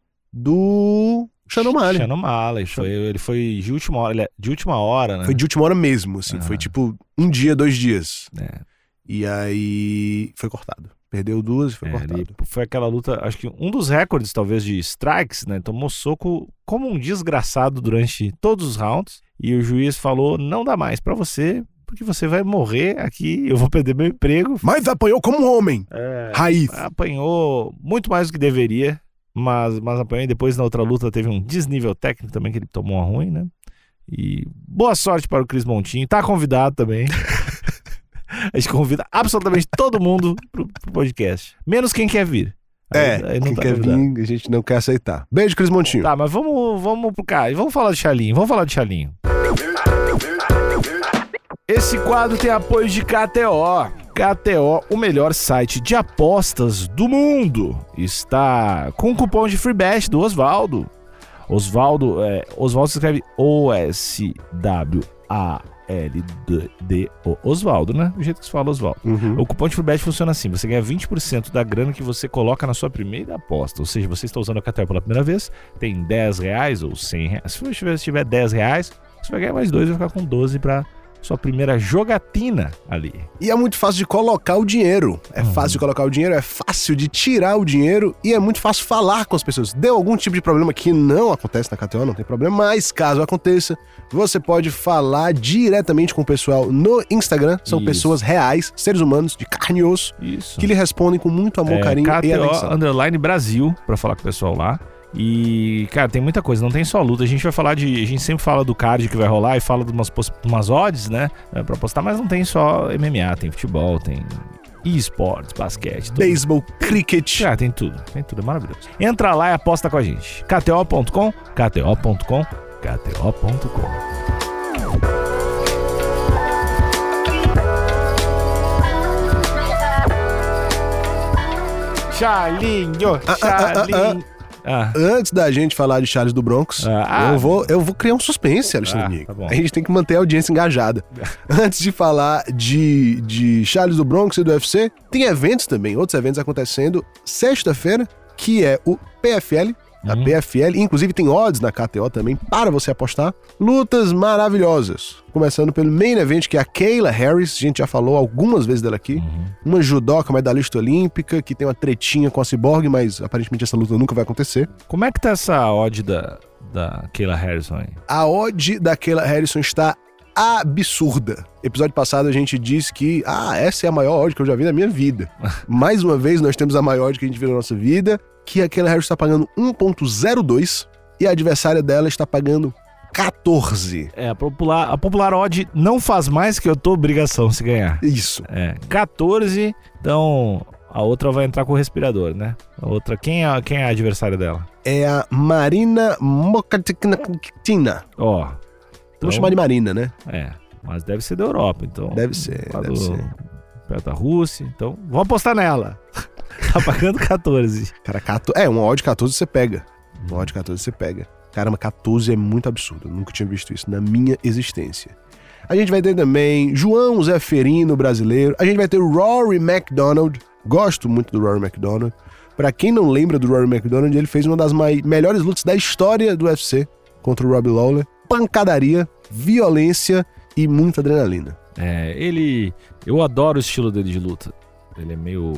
S3: do Shannon Mali.
S2: Shannon Malley, foi, ele foi de última hora, ele é de última hora, né?
S3: Foi de última hora mesmo, assim.
S2: Ah.
S3: Foi tipo um dia, dois dias.
S2: É.
S3: E aí foi cortado. Perdeu duas e foi
S2: É,
S3: cortado.
S2: ali foi aquela luta, acho que um dos recordes, talvez, de strikes, né? Tomou soco como um desgraçado durante todos os rounds. E o juiz falou: não dá mais pra você, porque você vai morrer aqui, eu vou perder meu emprego.
S3: Mas apanhou como um homem.
S2: É.
S3: Raiz.
S2: Apanhou muito mais do que deveria, mas, mas apanhou. E depois, na outra luta, teve um desnível técnico também, que ele tomou uma ruim, né? E boa sorte para o Cris Montinho. Tá convidado também. A gente convida absolutamente todo mundo pro, pro podcast. Menos quem quer vir. Aí-
S3: É,
S2: aí não
S3: quem
S2: tá
S3: quer
S2: convidado.
S3: vir, a gente não quer aceitar. Beijo, Cris Montinho.
S2: Tá, mas vamos, vamos pro cara. Vamos falar de Chalinho. Vamos falar de Chalinho. Esse quadro tem apoio de KTO. KTO, o melhor site de apostas do mundo, está com um cupom de free bet do Oswaldo. Oswaldo, é, Oswaldo se escreve O-S-W-A-L-D-O. Oswaldo, né? Do jeito que se fala Oswaldo.
S3: Uhum.
S2: O cupom de FreeBet funciona assim: você ganha 20% da grana que você coloca na sua primeira aposta. Ou seja, você está usando a KTO pela primeira vez, tem 10 reais ou 100 reais. Se você tiver, se tiver 10 reais, você vai ganhar mais dois, vai ficar com 12 para sua primeira jogatina ali.
S3: E é muito fácil de colocar o dinheiro. É fácil de colocar o dinheiro, é fácil de tirar o dinheiro e é muito fácil falar com as pessoas. Deu algum tipo de problema que não acontece na KTO, não tem problema, mas caso aconteça, você pode falar diretamente com o pessoal no Instagram. São
S2: Isso. Tá.
S3: pessoas reais, seres humanos, de carne e osso,
S2: Isso. É,
S3: que lhe respondem com muito amor, carinho
S2: KTO
S3: e atenção.
S2: Underline Brasil, pra falar com o pessoal lá. E, cara, tem muita coisa, não tem só luta. A gente vai falar de. A gente sempre fala do card que vai rolar e fala de umas, pos- umas odds, né? é, Pra postar, mas não tem só MMA, tem futebol, tem esportes, basquete. tudo.
S3: Beisebol, cricket.
S2: Ah, tem tudo, tem tudo, é maravilhoso. Entra lá e aposta com a gente. KTO.com, KTO.com, KTO.com. Charlinho,
S3: ah, ah, ah,
S2: Charlinho. Ah,
S3: Antes da gente falar de Charles do Bronx,
S2: Ah, ah.
S3: eu, vou, eu vou criar um suspense, Alexandre
S2: Ah,
S3: Nico.
S2: tá bom.
S3: A gente tem que manter a audiência engajada. Antes de falar de, de Charles do Bronx e do UFC, tem eventos também, outros eventos acontecendo sexta-feira, que é o PFL. A
S2: Uhum.
S3: PFL, inclusive tem odds na KTO também para você apostar. Lutas maravilhosas. Começando pelo main event, que é a Kayla Harris. A gente já falou algumas vezes dela aqui
S2: Uhum.
S3: uma judoca medalhista olímpica que tem uma tretinha com a Cyborg, mas aparentemente essa luta nunca vai acontecer.
S2: como é que tá essa odd da, da Kayla Harrison aí?
S3: A odd da Kayla Harrison está absurda. Episódio passado a gente disse que, ah, essa é a maior odd que eu já vi na minha vida. Mais uma vez nós temos a maior odd que a gente viu na nossa vida, que a Kayla Harrison está pagando 1.02 e a adversária dela está pagando 14.
S2: É, a popular, a popular odd não faz mais que eu tô obrigação se ganhar.
S3: Isso.
S2: É, 14. Então a outra vai entrar com o respirador, né? A outra, quem é, quem é a adversária dela?
S3: É a Marina Mokatikina.
S2: Ó. então,
S3: Vamos chamar de Marina, né?
S2: É, mas deve ser da Europa, então.
S3: Deve ser,
S2: lá
S3: deve
S2: do-
S3: ser.
S2: Perto da Rússia, então. Vamos apostar nela. tá pagando 14.
S3: Cara, 14, é, uma odd 14 você pega. Uma odd 14 você pega. Caramba, 14 é muito absurdo. Eu nunca tinha visto isso na minha existência. A gente vai ter também João Zé Ferino, brasileiro. A gente vai ter o Rory McDonald. Gosto muito do Rory McDonald. Pra quem não lembra do Rory McDonald, ele fez uma das mai- melhores lutas da história do UFC contra o Robbie Lawler. Pancadaria, violência e muita adrenalina.
S2: É, ele. Eu adoro o estilo dele de luta. Ele é meio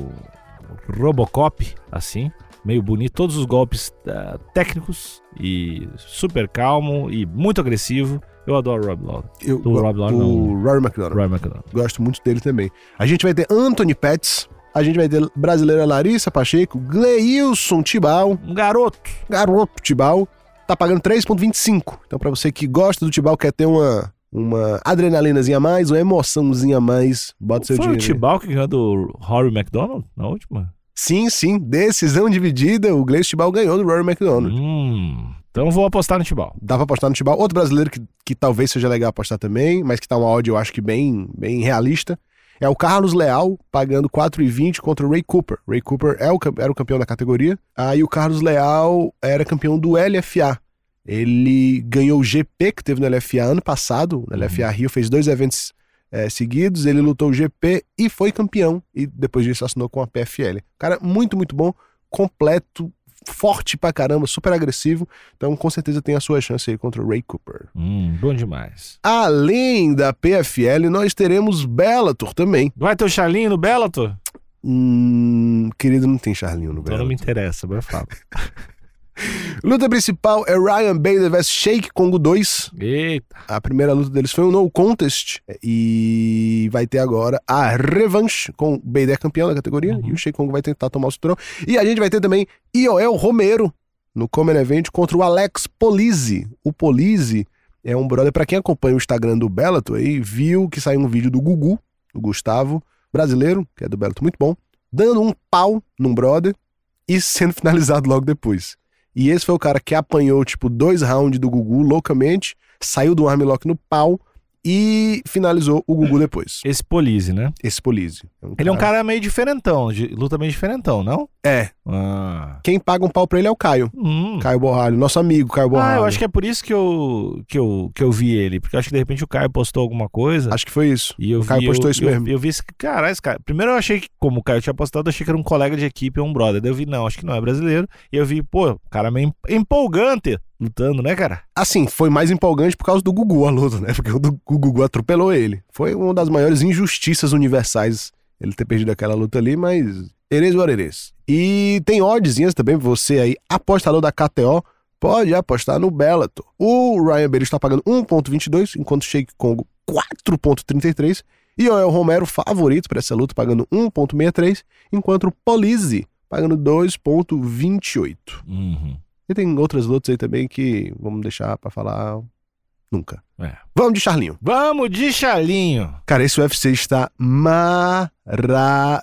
S2: Robocop, assim. Meio bonito. Todos os golpes ah, técnicos e super calmo e muito agressivo. Eu adoro o Rob Lowe.
S3: Eu,
S2: Do Rob Lowe,
S3: o Rory McDonald.
S2: Roy McDonald.
S3: Gosto muito dele também. A gente vai ter Anthony Pets. A gente vai ter brasileira Larissa Pacheco, Gleilson Tibau,
S2: Um garoto.
S3: garoto Tibau. Tá pagando 3,25. Então, pra você que gosta do Tibau, quer ter uma, uma adrenalinazinha a mais, uma emoçãozinha a mais, bota seu
S2: Foi o
S3: dinheiro. aí.
S2: Tibau que ganhou do Rory McDonald na última?
S3: Sim, sim. Decisão dividida. O Gleison Tibau ganhou do Rory McDonald.
S2: Hum. Então vou apostar no Tibau.
S3: Dá pra apostar no Tibau. Outro brasileiro que, que talvez seja legal apostar também, mas que tá uma odd, eu acho que bem, bem realista, é o Carlos Leal, pagando 4,20 contra o Ray Cooper. Ray Cooper é o cam- era o campeão da categoria. Aí o Carlos Leal era campeão do LFA. Ele ganhou o GP que teve no LFA ano passado. No LFA Rio fez dois eventos eh, seguidos. Ele lutou o GP e foi campeão. E depois disso assinou com a PFL. Cara, muito, muito bom. Completo, forte pra caramba, super agressivo. Então, com certeza tem a sua chance aí contra o Ray Cooper.
S2: Hum, bom demais.
S3: Além da PFL, nós teremos Bellator também.
S2: Vai ter o Charlinho no Bellator?
S3: Hum, querido, não tem Charlinho no
S2: Então não
S3: Bellator.
S2: me interessa, mas fala.
S3: Luta principal é Ryan Bader vs Shake Congo 2.
S2: Eita.
S3: A primeira luta deles foi um no contest. E vai ter agora a revanche com o Bader campeão da categoria. E o Sheik Kong vai tentar tomar o cinturão. E a gente vai ter também Ioel Romero no Common Event contra o Alex Polizzi. O Polizzi é um brother, pra quem acompanha o Instagram do Bellator aí, viu que saiu um vídeo do Gugu, do Gustavo, brasileiro, que é do Bellator muito bom, dando um pau num brother e sendo finalizado logo depois. E esse foi o cara que apanhou, tipo, dois rounds do Gugu loucamente, saiu do armlock no pau e finalizou o Gugu depois.
S2: Esse Polise, né?
S3: Esse Polizzi.
S2: Ele é um cara meio diferentão, de- luta meio diferentão, não?
S3: É.
S2: Ah.
S3: Quem paga um pau pra ele é o Caio.
S2: Hum.
S3: Caio Borralho, nosso amigo Caio
S2: Ah,
S3: Borralho.
S2: eu acho que é por isso que eu, que, eu, que eu vi ele. Porque eu acho que de repente o Caio postou alguma coisa.
S3: Acho que foi isso.
S2: E eu
S3: O Caio
S2: vi,
S3: postou
S2: eu,
S3: isso
S2: eu-
S3: mesmo.
S2: Eu vi esse. Caralho, esse cara. Primeiro eu achei que, como o Caio tinha postado, eu achei que era um colega de equipe ou um brother. Daí eu vi, não, acho que não é brasileiro. E eu vi, pô, o cara é meio em- empolgante lutando, né, cara?
S3: Assim, foi mais empolgante por causa do Gugu a luta, né? Porque o, do- o Gugu atropelou ele. Foi uma das maiores injustiças universais ele ter perdido aquela luta ali, mas. Eres o Eres. E tem oddzinhas também, você aí, apostador da KTO, pode apostar no Bellator. O Ryan Bader está pagando 1,22, enquanto o Shake Congo 4,33. E o El Romero, favorito para essa luta, pagando 1,63, enquanto o Polizzi pagando 2,28.
S2: Uhum.
S3: E tem outras lutas aí também que vamos deixar pra falar nunca.
S2: É.
S3: Vamos de Charlinho.
S2: Vamos de Chalinho.
S3: Cara, esse UFC está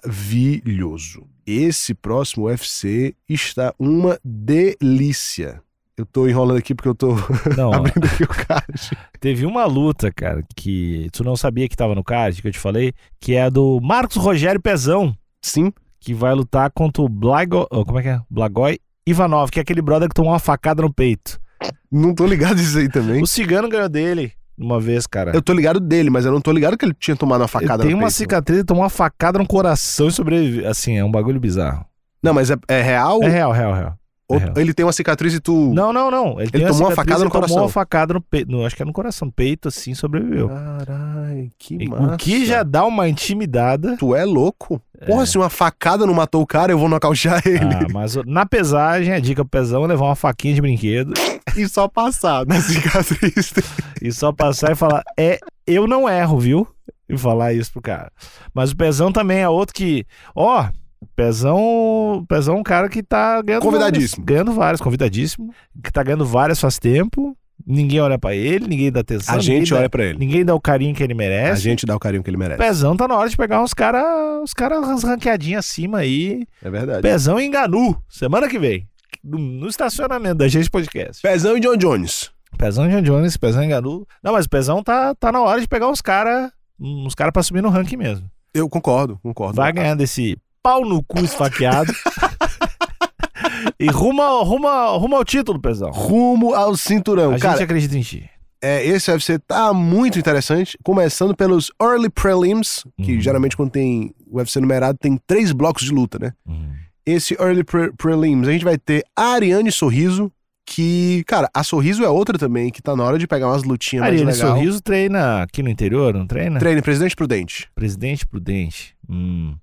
S3: maravilhoso. Esse próximo UFC está uma delícia. Eu tô enrolando aqui porque eu tô
S2: Não,
S3: abrindo aqui o card.
S2: teve uma luta, cara, que tu não sabia que tava no card, que eu te falei, que é a do Marcos Rogério Pezão,
S3: Sim,
S2: que vai lutar contra o Blago, oh, como é que é? Blagoy Ivanov, que é aquele brother que tomou uma facada no peito.
S3: não tô ligado disso aí também.
S2: O cigano ganhou dele uma vez, cara.
S3: Eu tô ligado dele, mas eu não tô ligado que ele tinha tomado uma
S2: Ele
S3: facada
S2: tem
S3: no
S2: uma
S3: peito.
S2: cicatriz e tomou uma facada no coração e sobrevive. Assim, é um bagulho bizarro.
S3: Não, mas é, é real?
S2: É real, real, real.
S3: Ou
S2: real.
S3: Ele tem uma cicatriz e tu...
S2: Não, não, não. Ele, tem
S3: Uh. tomou uma
S2: cicatriz,
S3: facada no
S2: ele tomou
S3: coração.
S2: uma facada no peito. no- acho que é no coração. Peito, assim, sobreviveu.
S3: Caralho, que
S2: E-
S3: massa.
S2: o que já dá uma intimidada.
S3: Tu é louco? Porra, se uma facada não matou o cara, eu vou nocautear ele.
S2: Ah, mas o- na pesagem, a dica pro pesão é levar uma faquinha de brinquedo
S3: E só passar na cicatriz.
S2: e só passar e falar: É, eu não erro, viu? E falar isso pro cara. Mas o pesão também é outro que. Ó, Pezão, Pezão é um cara que tá ganhando várias,
S3: Convidadíssimo.
S2: ganhando várias, convidadíssimo, que tá ganhando várias faz tempo. Ninguém olha pra ele, ninguém dá atenção,
S3: A gente
S2: ninguém,
S3: olha pra
S2: dá,
S3: ele.
S2: ninguém dá o carinho que ele
S3: A
S2: merece.
S3: gente dá o carinho que ele merece.
S2: Pezão tá na hora de pegar uns caras, uns caras umas ranqueadinhas acima aí.
S3: É verdade.
S2: Pezão e Enganu, semana que vem, no, no estacionamento da gente podcast.
S3: Pezão e John Jones.
S2: Pezão e John Jones, Pezão e Enganu. Não, mas o Pezão tá tá na hora de pegar uns caras, uns caras para subir no ranking mesmo.
S3: Eu concordo, concordo.
S2: Vai ganhando esse pau no cu esfaqueado. e rumo, rumo, rumo ao título, pesão.
S3: Rumo ao cinturão.
S2: A
S3: cara,
S2: gente acredita em ti.
S3: é, esse UFC tá muito interessante. Começando pelos early prelims, que
S2: Uhum.
S3: geralmente quando tem UFC numerado tem três blocos de luta, né? esse Early pre- Prelims. A gente vai ter a Ariane Sorriso, que, cara, a Sorriso é outra também, que tá na hora de pegar umas lutinhas mais
S2: Ariane
S3: legais.
S2: Sorriso né? treina aqui no interior, não treina?
S3: Treine Presidente Prudente.
S2: Presidente Prudente. Hum.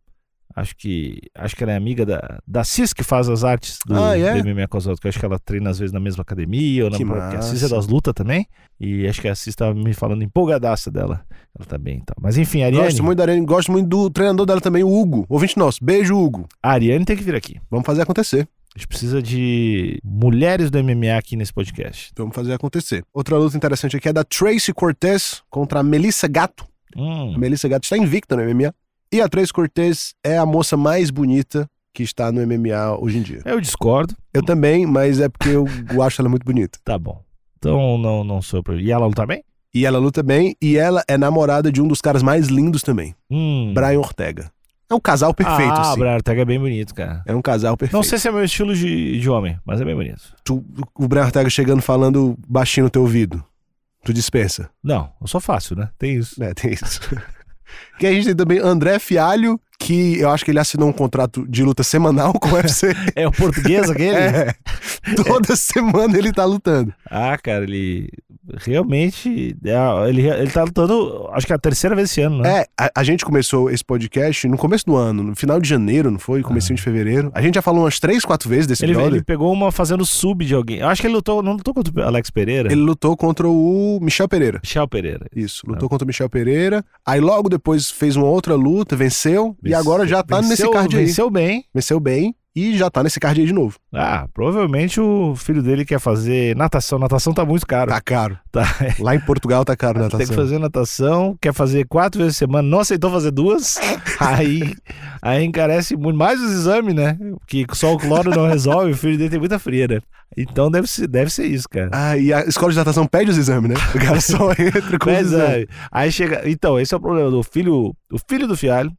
S2: Acho que, acho que ela é amiga da, da Cis, que faz as artes do,
S3: Ah, é?
S2: do MMA Cosmótico. Acho que ela treina às vezes na mesma academia. Ou na
S3: Que
S2: porque a Cis é
S3: massa.
S2: das lutas também. E acho que a Cis tava me falando empolgadaça dela. Ela tá bem e tal. Mas enfim, a Ariane,
S3: Gosto muito da Ariane, gosto muito do treinador dela também, o Hugo. Ouvinte nosso. Beijo, Hugo.
S2: a Ariane tem que vir aqui.
S3: Vamos fazer acontecer.
S2: A gente precisa de mulheres do MMA aqui nesse podcast.
S3: Vamos fazer acontecer. Outra luta interessante aqui é da Tracy Cortez contra a Melissa Gato. A
S2: Hum,
S3: Melissa Gato está invicta no MMA. E a Tracy Cortez é a moça mais bonita que está no MMA hoje em dia.
S2: eu discordo.
S3: Eu também, mas é porque eu acho ela muito bonita.
S2: Tá bom. Então não, não sou. pro- E ela luta bem?
S3: E ela luta bem e ela é namorada de um dos caras mais lindos também,
S2: Hum.
S3: Brian Ortega. É um casal perfeito,
S2: ah,
S3: assim.
S2: Brian Ortega é bem bonito, cara.
S3: É um casal perfeito.
S2: Não sei se é meu estilo de, de homem, mas é bem bonito.
S3: Tu- o Brian Ortega chegando falando baixinho no teu ouvido. Tu dispensa.
S2: Não, eu sou fácil, né? Tem isso.
S3: É, tem isso. que a gente tem também André Fialho, que eu acho que ele assinou um contrato de luta semanal com o UFC.
S2: É o português aquele?
S3: É. Toda semana ele tá lutando.
S2: Ah, cara, ele realmente. é, Ele, ele tá lutando, acho que é a terceira vez esse ano, né?
S3: É, a, a gente começou esse podcast no começo do ano, no final de janeiro, não foi? Comecinho de fevereiro. A gente já falou umas três, quatro vezes desse
S2: Ah. Ele,
S3: brother.
S2: ele pegou uma fazendo sub de alguém. Eu acho que ele lutou, não lutou contra o Alex Pereira?
S3: Ele lutou contra o Michel Pereira.
S2: Michel Pereira.
S3: Isso, lutou
S2: É.
S3: contra o Michel Pereira. Aí logo depois fez uma outra luta, venceu. e
S2: Venceu-
S3: agora já tá nesse
S2: venceu-
S3: card aí.
S2: Venceu bem.
S3: Venceu bem e já tá nesse card aí de novo.
S2: Ah, provavelmente o filho dele quer fazer natação. Natação tá muito caro.
S3: Tá caro.
S2: Tá.
S3: Lá em Portugal tá caro natação.
S2: Tem que fazer natação, quer fazer quatro vezes por semana, não aceitou fazer duas, aí, aí encarece muito. Mais os exames, né? Que só o cloro não resolve, o filho dele tem muita frieira. Então deve ser, deve ser isso, cara.
S3: Ah, e a escola de natação pede os exames, né? O cara só entra com os
S2: Mas,
S3: exames.
S2: é, aí chega. Então, esse é o problema do filho. O filho do fialho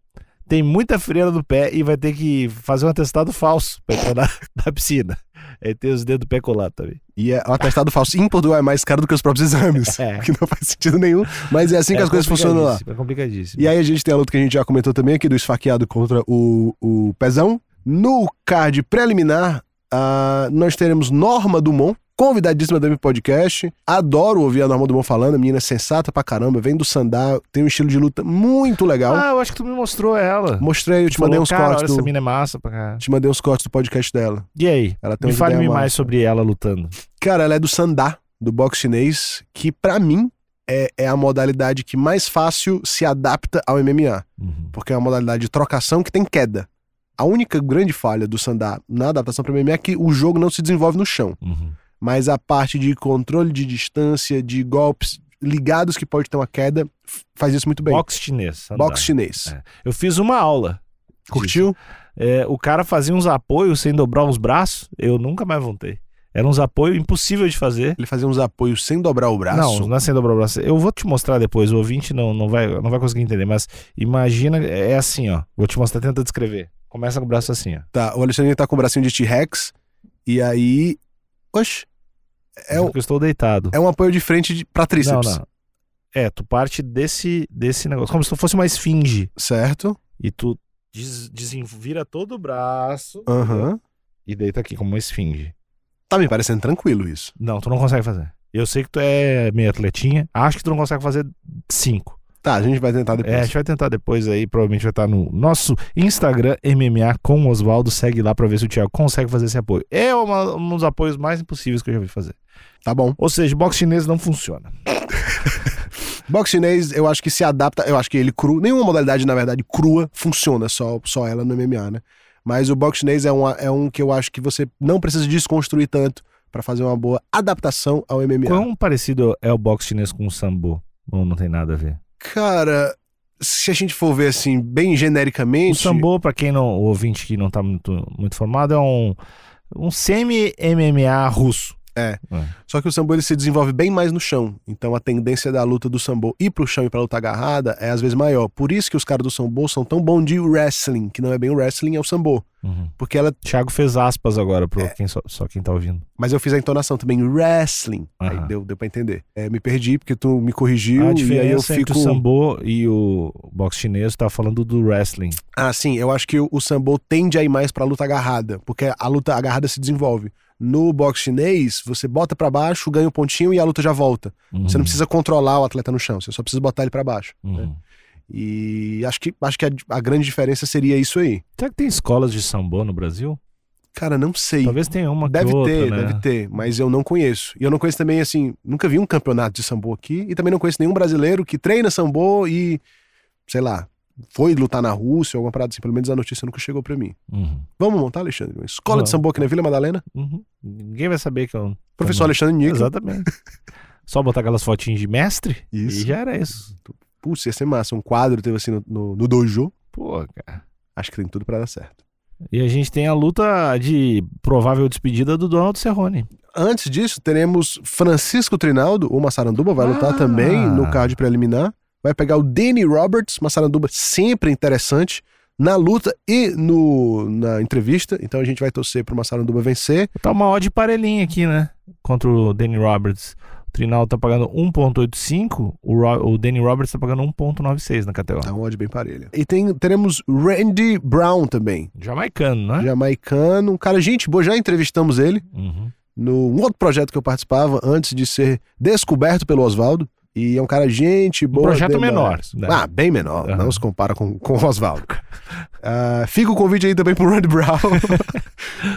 S2: tem muita frieira no pé e vai ter que fazer um atestado falso pra entrar na, na piscina. Ele tem os dedos do pé colado também.
S3: E é, o atestado falso em Portugal é mais caro do que os próprios exames.
S2: É.
S3: Que não faz sentido nenhum. Mas é assim que
S2: É
S3: as coisas funcionam lá.
S2: complicadíssimo, É complicadíssimo.
S3: E aí a gente tem a luta que a gente já comentou também aqui do esfaqueado contra o, o Pezão. No card preliminar, ah, nós teremos Norma Dumont, convidadíssima do meu podcast. Adoro ouvir a Norma Dumont falando, a menina é sensata pra caramba, vem do Sandá, tem um estilo de luta muito legal.
S2: Ah, eu acho que tu me mostrou ela.
S3: Mostrei, eu te
S2: Falou,
S3: mandei uns
S2: cara, olha,
S3: cortes
S2: essa
S3: do.
S2: mina é massa pra cá.
S3: Te mandei uns cortes do podcast dela.
S2: E aí?
S3: Ela tem
S2: Me
S3: umas
S2: fale-me
S3: ideias
S2: mais
S3: massas.
S2: sobre ela lutando.
S3: Cara, ela é do Sandá, do boxe chinês, que pra mim é, é a modalidade que mais fácil se adapta ao MMA.
S2: Uhum.
S3: porque é uma modalidade de trocação que tem queda. A única grande falha do Sandá na adaptação para MMA é que o jogo não se desenvolve no chão,
S2: Uhum.
S3: mas a parte de controle de distância, de golpes ligados que pode ter uma queda, f- faz isso muito bem.
S2: Boxe chinês. andar.
S3: Boxe chinês.
S2: É. Eu fiz uma aula.
S3: Curtiu?
S2: É, o cara fazia uns apoios sem dobrar os braços. Eu nunca mais voltei. Era uns apoios impossíveis de fazer.
S3: Ele fazia uns apoios sem dobrar o braço.
S2: Não, não é sem dobrar o braço. Eu vou te mostrar depois. O ouvinte não, não, vai, não vai conseguir entender, mas imagina. É assim, ó. Vou te mostrar, tenta descrever. Começa com o braço assim, ó.
S3: Tá, o Alexandre tá com o bracinho de T-Rex e aí, oxe, é um,
S2: Porque eu estou deitado.
S3: é um apoio de frente de, pra
S2: não,
S3: tríceps,
S2: não. É, tu parte desse, desse negócio. Como se tu fosse uma esfinge.
S3: certo?
S2: E tu des, desenvira todo o braço
S3: Aham.
S2: e deita aqui como uma esfinge.
S3: Tá me parecendo tranquilo isso.
S2: Não, tu não consegue fazer. Eu sei que tu é meio atletinha. Acho que tu não consegue fazer cinco.
S3: Tá, a gente vai tentar depois.
S2: É, a gente vai tentar depois aí. Provavelmente vai estar no nosso Instagram, MMA com o Oswaldo. Segue lá pra ver se o Thiago consegue fazer esse apoio. É uma- um dos apoios mais impossíveis que eu já vi fazer.
S3: Tá bom.
S2: Ou seja, boxe chinês não funciona.
S3: Boxe chinês, eu acho que se adapta, eu acho que ele cru, nenhuma modalidade, na verdade, crua funciona, só, só ela no MMA, né? Mas o boxe chinês é, uma, é um que eu acho que você não precisa desconstruir tanto pra fazer uma boa adaptação ao MMA.
S2: Quão parecido é o boxe chinês com o sambo? Não, não tem nada a ver.
S3: Cara, se a gente for ver assim, bem genericamente.
S2: O sambo, pra quem não, o ouvinte que não tá muito, muito formado, é um, um semi-MMA russo.
S3: Só que o sambo ele se desenvolve bem mais no chão. Então a tendência da luta do sambo ir pro chão e pra luta agarrada é às vezes maior. Por isso que os caras do sambo são tão bons de wrestling, que não é bem o wrestling, é o sambo. Porque ela
S2: Thiago fez aspas agora, pro
S3: É.
S2: quem só, só quem tá ouvindo.
S3: Mas eu fiz a entonação também, wrestling.
S2: Aham.
S3: Aí deu, deu pra entender. É, me perdi porque tu me corrigiu
S2: a
S3: e aí eu
S2: diferença entre
S3: fico.
S2: o sambo e o boxe chinês tá falando do wrestling.
S3: Ah, sim, eu acho que o, o sambo tende a ir mais pra luta agarrada, porque a luta agarrada se desenvolve. No boxe chinês, você bota pra baixo, ganha um
S2: Uhum,
S3: pontinho e a luta já volta. Você não precisa controlar o atleta no chão, você só precisa botar ele pra baixo.
S2: Uhum.
S3: E acho que, acho que a, a grande diferença seria isso aí.
S2: Será que tem escolas de sambô no Brasil?
S3: Cara, não sei.
S2: Talvez tenha uma que
S3: Deve
S2: outra,
S3: ter,
S2: né?
S3: deve ter, mas eu não conheço. E eu não conheço também, assim, nunca vi um campeonato de sambo aqui e também não conheço nenhum brasileiro que treina sambo e, sei lá, foi lutar na Rússia ou alguma parada assim. Pelo menos a notícia nunca chegou pra mim.
S2: Uhum,
S3: Vamos montar, Alexandre? Uma escola
S2: Vamos.
S3: de sambo aqui na Vila Madalena?
S2: uhum. Ninguém vai saber que eu...
S3: Professor Alexandre Nicolas.
S2: Exatamente. Só botar aquelas fotinhas de mestre
S3: Isso.
S2: e já era isso.
S3: Putz, ia ser massa. Um quadro teve assim no, no, no dojo.
S2: Pô, cara.
S3: Acho que tem tudo pra dar certo.
S2: E a gente tem a luta de provável despedida do Donald Cerrone.
S3: Antes disso, teremos Francisco Trinaldo, ou Massaranduba, vai lutar
S2: Ah.
S3: também no card preliminar. Vai pegar o Danny Roberts, Massaranduba sempre interessante, na luta e no, na entrevista. Então a gente vai torcer pro Massaranduba vencer.
S2: Tá uma odd parelhinha aqui, né? Contra o Danny Roberts. O Trinal tá pagando 1.85, o, Ro- o Danny Roberts tá pagando 1.96 na
S3: Tá
S2: categoria.
S3: um ódio bem parelha. E tem, teremos Randy Brown também,
S2: Jamaicano, né?
S3: jamaicano. Um cara, gente boa, já entrevistamos ele.
S2: Uhum.
S3: no um outro projeto que eu participava antes de ser descoberto pelo Oswaldo. E é um cara gente
S2: Um
S3: boa.
S2: projeto
S3: demais.
S2: menor. né?
S3: Ah, bem menor.
S2: Aham.
S3: Não se compara com, com o Oswaldo. Ah, fica o convite aí também pro Randy Brown.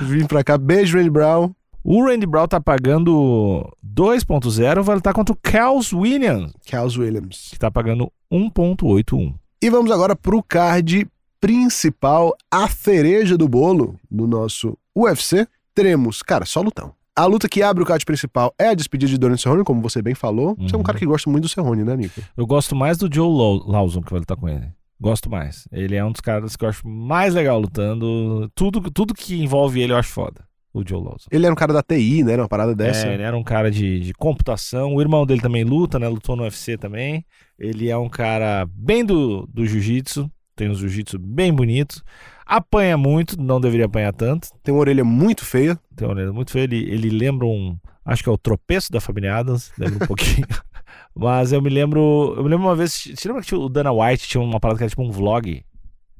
S3: Vim pra cá. Beijo, Randy Brown.
S2: O Randy Brown tá pagando 2.0, vai lutar contra o Kels Williams,
S3: Kels Williams.
S2: que tá pagando 1.81.
S3: E vamos agora pro card principal, a cereja do bolo do nosso UFC. Teremos, cara, só lutão. A luta que abre o card principal é a despedida de Donald Cerrone, como você bem falou. Você é um
S2: Uhum.
S3: cara que gosta muito do Cerrone, né, Nico?
S2: Eu gosto mais do Joe Law- Lawson que vai lutar com ele. Gosto mais. Ele é um dos caras que eu acho mais legal lutando. Tudo, tudo que envolve ele eu acho foda. O Joe Lawson.
S3: Ele era um cara da TI, né? Era Uma parada dessa.
S2: É, ele era um cara de, de computação. O irmão dele também luta, né? Lutou no UFC também. Ele é um cara bem do, do jiu-jitsu. Tem um jiu-jitsu bem bonito. Apanha muito, não deveria apanhar tanto.
S3: Tem uma orelha muito feia.
S2: Tem uma olhada muito feia. Então, Ele, ele lembra um. Acho que é o tropeço da família Adams. Lembra um pouquinho. Mas eu me lembro. Eu me lembro uma vez. Você lembra que tinha o Dana White tinha uma parada que era tipo um vlog?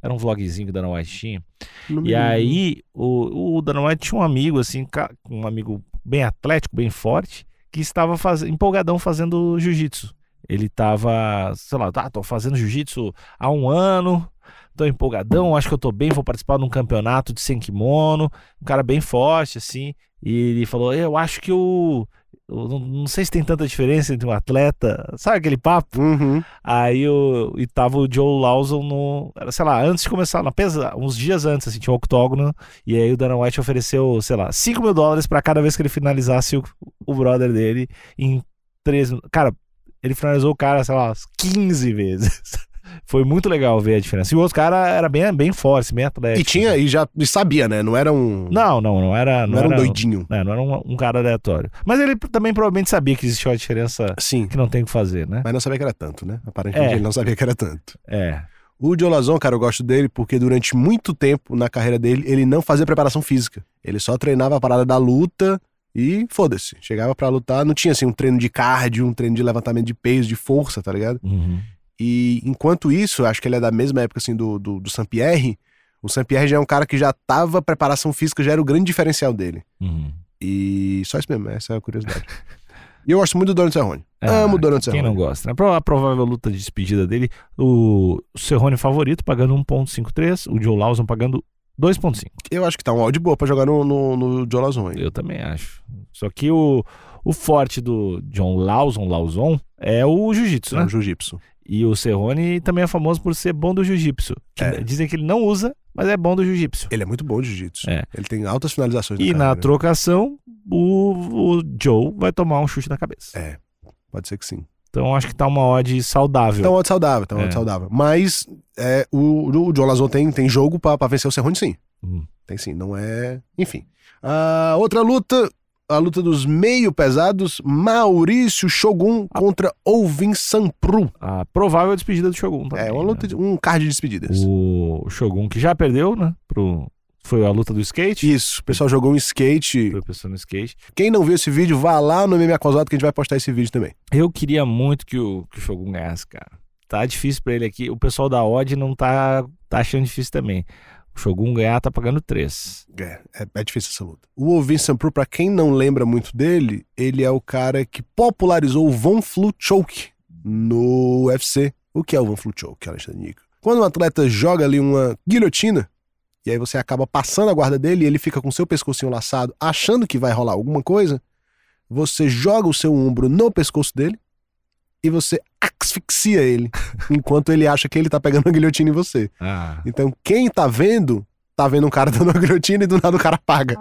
S2: Era um vlogzinho que o Dana White tinha. E aí, o, o Dana White tinha um amigo, assim, ca- um amigo bem atlético, bem forte, que estava faz... empolgadão fazendo jiu-jitsu. Ele estava, sei lá, tá, tô fazendo jiu-jitsu há um ano, tô empolgadão, acho que eu tô bem, vou participar de um campeonato de sem kimono, um cara bem forte, assim, e ele falou, eu acho que o... eu não- não sei se tem tanta diferença entre um atleta, sabe aquele papo?
S3: Uhum.
S2: Aí o, e tava o Joe Lawson no. Era, sei lá, antes de começar, na pesa, uns dias antes, assim, tinha um octógono. E aí o Dana White ofereceu, sei lá, 5 mil dólares pra cada vez que ele finalizasse o, o brother dele em 3 minutos. Cara, ele finalizou o cara, sei lá, umas 15 vezes. Foi muito legal ver a diferença. E o outro cara era bem, bem forte, bem atlético.
S3: E tinha, e já e sabia, né? Não era um.
S2: É Não, não, não era.
S3: não era um doidinho.
S2: né, não era um, um cara aleatório. Mas ele também provavelmente sabia que existia uma diferença
S3: Sim.
S2: que não tem o que fazer, né?
S3: Mas não sabia que era tanto, né? Aparentemente
S2: É.
S3: ele não sabia que era tanto.
S2: É.
S3: O Jolazon, cara, eu gosto dele porque durante muito tempo na carreira dele, ele não fazia preparação física. Ele só treinava a parada da luta e foda-se. Chegava pra lutar, não tinha assim um treino de cardio, um treino de levantamento de peso, de força, tá ligado?
S2: Uhum.
S3: E enquanto isso, eu acho que ele é da mesma época assim do, do, do Sampierre. O Sampierre já é um cara que já tava, preparação física já era o grande diferencial dele.
S2: Uhum.
S3: E só isso mesmo, essa é a curiosidade. e eu gosto muito do Donald Cerrone.
S2: Ah,
S3: Amo o Donald
S2: Quem
S3: Cerrone.
S2: não gosta, né? Pro- A provável luta de despedida dele, o Cerrone favorito pagando 1.53, o Joe Lawson pagando 2.5.
S3: Eu acho que tá um áudio boa pra jogar no, no, no Jolazon aí.
S2: Eu também acho. Só que o, o forte do John Lawson, Lawson, é o jiu-jitsu,
S3: É
S2: né?
S3: o Jiu-Jitsu.
S2: E o Cerrone também é famoso por ser bom do jiu-jitsu. Que
S3: É.
S2: Dizem que ele não usa, mas é bom do jiu-jitsu.
S3: Ele é muito bom de Jiu-Jitsu.
S2: É.
S3: Ele tem altas finalizações
S2: E na
S3: carreira.
S2: trocação, o, o Joe vai tomar um chute na cabeça.
S3: É. Pode ser que sim.
S2: Então acho que tá uma odd saudável.
S3: Então, ódio saudável, então,
S2: É.
S3: ódio saudável. Mas é, o, o Jolazon tem, tem jogo pra, pra vencer o Cerrone, sim.
S2: Hum.
S3: Tem sim, não é. Enfim. Ah, outra luta, a luta dos meio pesados, Maurício Shogun contra Ovin Sampru.
S2: A provável despedida do Shogun. Também,
S3: É uma
S2: né?
S3: luta, de, um card de despedidas.
S2: O Shogun que já perdeu, né? Pro... Foi a luta do skate.
S3: Isso, o pessoal jogou um skate.
S2: Foi o pessoal no skate.
S3: Quem não viu esse vídeo, vá lá no MMA Acosado que a gente vai postar esse vídeo também.
S2: Eu queria muito que o, que o Shogun ganhasse, cara. Tá difícil pra ele aqui. O pessoal da Odd não tá, tá achando difícil também. O Shogun ganhar tá pagando 3.
S3: É, é, é difícil essa luta. O Ovin Sampru, pra quem não lembra muito dele, ele é o cara que popularizou o Von Flu Choke no UFC. O que é o Van Flu Choke, Alexandre Nico? Quando um atleta joga ali uma guilhotina, e aí você acaba passando a guarda dele e ele fica com seu pescocinho laçado, achando que vai rolar alguma coisa, você joga o seu ombro no pescoço dele e você asfixia ele, enquanto ele acha que ele tá pegando a guilhotina em você.
S2: Ah.
S3: Então, quem tá vendo, tá vendo um cara dando uma guilhotina e do nada o cara paga.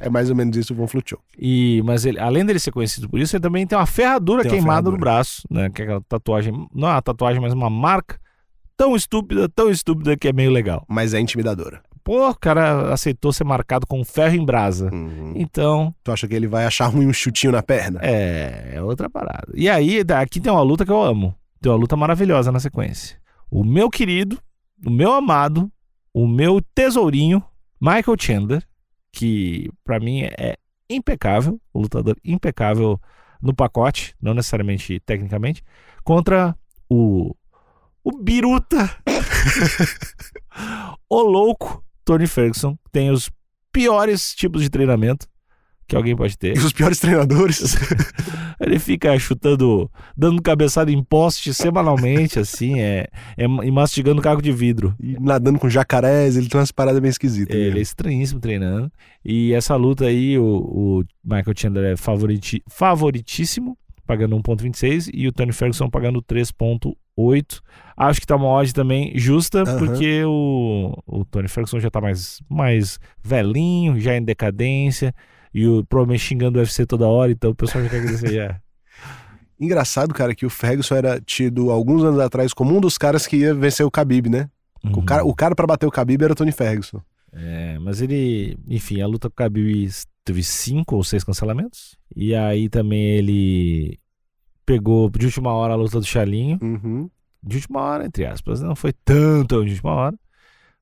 S3: É mais ou menos isso o Von Fluchou.
S2: E, mas ele, além dele ser conhecido por isso, ele também tem uma ferradura
S3: Tem uma
S2: queimada no
S3: ferradura.
S2: braço, né? Que é aquela tatuagem, não é uma tatuagem, mas uma marca tão estúpida, tão estúpida que é meio legal.
S3: Mas é intimidadora.
S2: Pô, o cara aceitou ser marcado com ferro em brasa. Então,
S3: Uhum. Tu acha que ele vai achar ruim um chutinho na perna?
S2: é, é outra parada. E aí, tá, aqui tem uma luta que eu amo. Tem uma luta maravilhosa na sequência. O meu querido, o meu amado, o meu tesourinho, Michael Chandler, que pra mim é impecável, o lutador impecável no pacote, não necessariamente tecnicamente, contra o o biruta, o louco Tony Ferguson, que tem os piores tipos de treinamento que alguém pode ter.
S3: E os piores treinadores?
S2: Ele fica chutando, dando cabeçada em poste semanalmente, assim, é, é, e mastigando caco de vidro.
S3: E nadando com jacarés, ele tem umas paradas bem esquisitas. né?
S2: Ele é
S3: mesmo.
S2: estranhíssimo treinando. E essa luta aí, o, o Michael Chandler é favoriti, favoritíssimo, pagando 1,26 e o Tony Ferguson pagando 3,8. Acho que tá uma odd também justa,
S3: Aham.
S2: porque o, o Tony Ferguson já tá mais, mais velhinho, já em decadência. E o, provavelmente xingando o UFC toda hora, então o pessoal já quer que ele seja.
S3: Engraçado, cara, que o Ferguson era tido alguns anos atrás como um dos caras que ia vencer o Khabib, né?
S2: Uhum.
S3: O cara, o cara para bater o Khabib era o Tony Ferguson.
S2: É, mas ele, enfim, a luta com o Khabib teve cinco ou seis cancelamentos. E aí também ele pegou de última hora a luta do Chalinho.
S3: Uhum.
S2: De última hora, entre aspas, né? não foi tão, tão de última hora.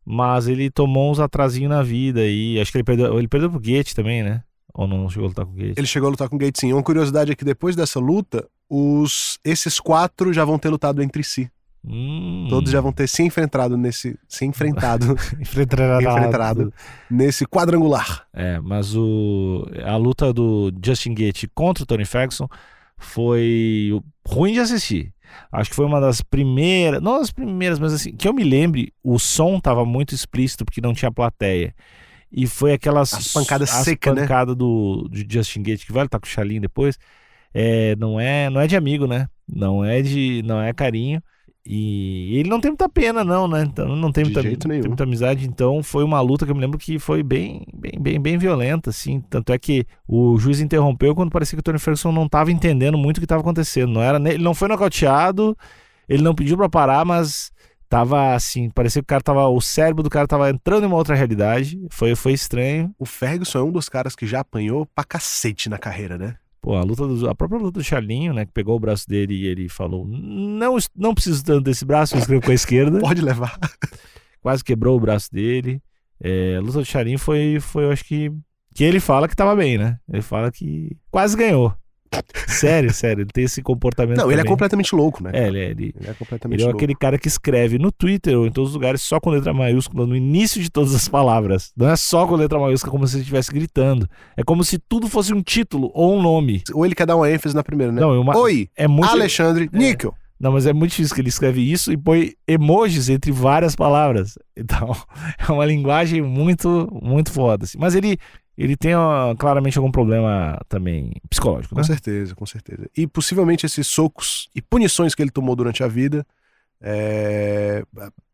S2: Mas ele tomou uns atrasinhos na vida e acho que ele perdeu, ele perdeu pro Goethe também, né? Ou não chegou a lutar com o Goethe.
S3: Ele chegou a lutar com o Gates sim. Uma curiosidade é que depois dessa luta, os esses quatro já vão ter lutado entre si.
S2: Hum.
S3: Todos já vão ter se enfrentado nesse se enfrentado
S2: enfrentado.
S3: enfrentado nesse quadrangular.
S2: É, mas o, a luta do Justin Gaethje contra o Tony Ferguson foi ruim de assistir. Acho que foi uma das primeiras, não das primeiras, mas assim, que eu me lembre, o som tava muito explícito porque não tinha plateia. E foi aquelas
S3: As pancadas seca, né?
S2: pancada do, de Justin Gaethje que vai lutar com o Chalim depois. É, não é, não é de amigo, né? Não é de, não é carinho. E ele não tem muita pena, não, né? Então não tem
S3: De
S2: muita,
S3: jeito
S2: tem
S3: nenhum.
S2: muita amizade. Então foi uma luta que eu me lembro que foi bem, bem, bem, bem violenta, assim. Tanto é que o juiz interrompeu quando parecia que o Tony Ferguson não estava entendendo muito o que estava acontecendo. Não era, ne- ele não foi nocauteado, ele não pediu para parar, mas tava assim, parecia que o cara tava, o cérebro do cara tava entrando em uma outra realidade. Foi, foi estranho.
S3: O Ferguson é um dos caras que já apanhou pra cacete na carreira, né?
S2: Pô, a luta do, a própria luta do Charlinho, né, que pegou o braço dele e ele falou: "Não, es- não preciso tanto desse braço, eu escrevo com a esquerda".
S3: Pode levar.
S2: quase quebrou o braço dele. É, a luta do Charinho foi, foi, eu acho que. Que ele fala que tava bem, né? Ele fala que quase ganhou. Sério, sério, ele tem esse comportamento.
S3: Não, ele é
S2: também.
S3: completamente louco, né?
S2: É, ele, é- ele,
S3: Ele é completamente
S2: ele é
S3: louco.
S2: aquele cara que escreve no Twitter ou em todos os lugares só com letra maiúscula no início de todas as palavras. Não é só com letra maiúscula como se ele estivesse gritando. É como se tudo fosse um título ou um nome.
S3: Ou ele quer dar uma ênfase na primeira, né?
S2: Não, é uma,
S3: Oi,
S2: é muito.
S3: Alexandre Níquel.
S2: Não, mas é muito difícil que ele escreve isso e põe emojis entre várias palavras. Então, é uma linguagem muito, muito foda. assim. Mas ele, ele tem ó, claramente algum problema também psicológico, né?
S3: Com certeza, com certeza. E possivelmente esses socos e punições que ele tomou durante a vida é,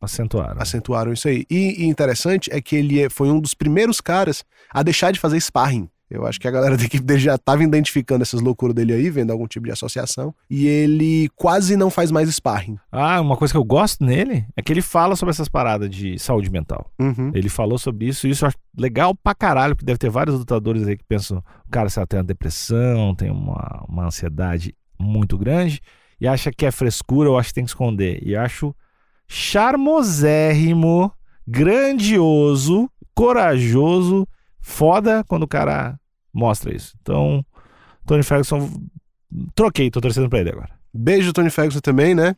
S2: Acentuaram.
S3: acentuaram isso aí. E, e interessante é que ele é- foi um dos primeiros caras a deixar de fazer sparring. Eu acho que a galera da equipe dele já estava identificando essas loucuras dele aí, vendo algum tipo de associação. E ele quase não faz mais sparring.
S2: Ah, uma coisa que eu gosto nele é que ele fala sobre essas paradas de saúde mental.
S3: Uhum.
S2: Ele falou sobre isso, e isso eu acho legal pra caralho, porque deve ter vários lutadores aí que pensam, o cara, sei lá, tem uma depressão, tem uma, uma ansiedade muito grande, e acha que é frescura, eu acho que tem que esconder. E eu acho charmosérrimo, grandioso, corajoso, foda quando o cara mostra isso. Então, Tony Ferguson, troquei, tô torcendo pra ele agora.
S3: Beijo, Tony Ferguson, também, né?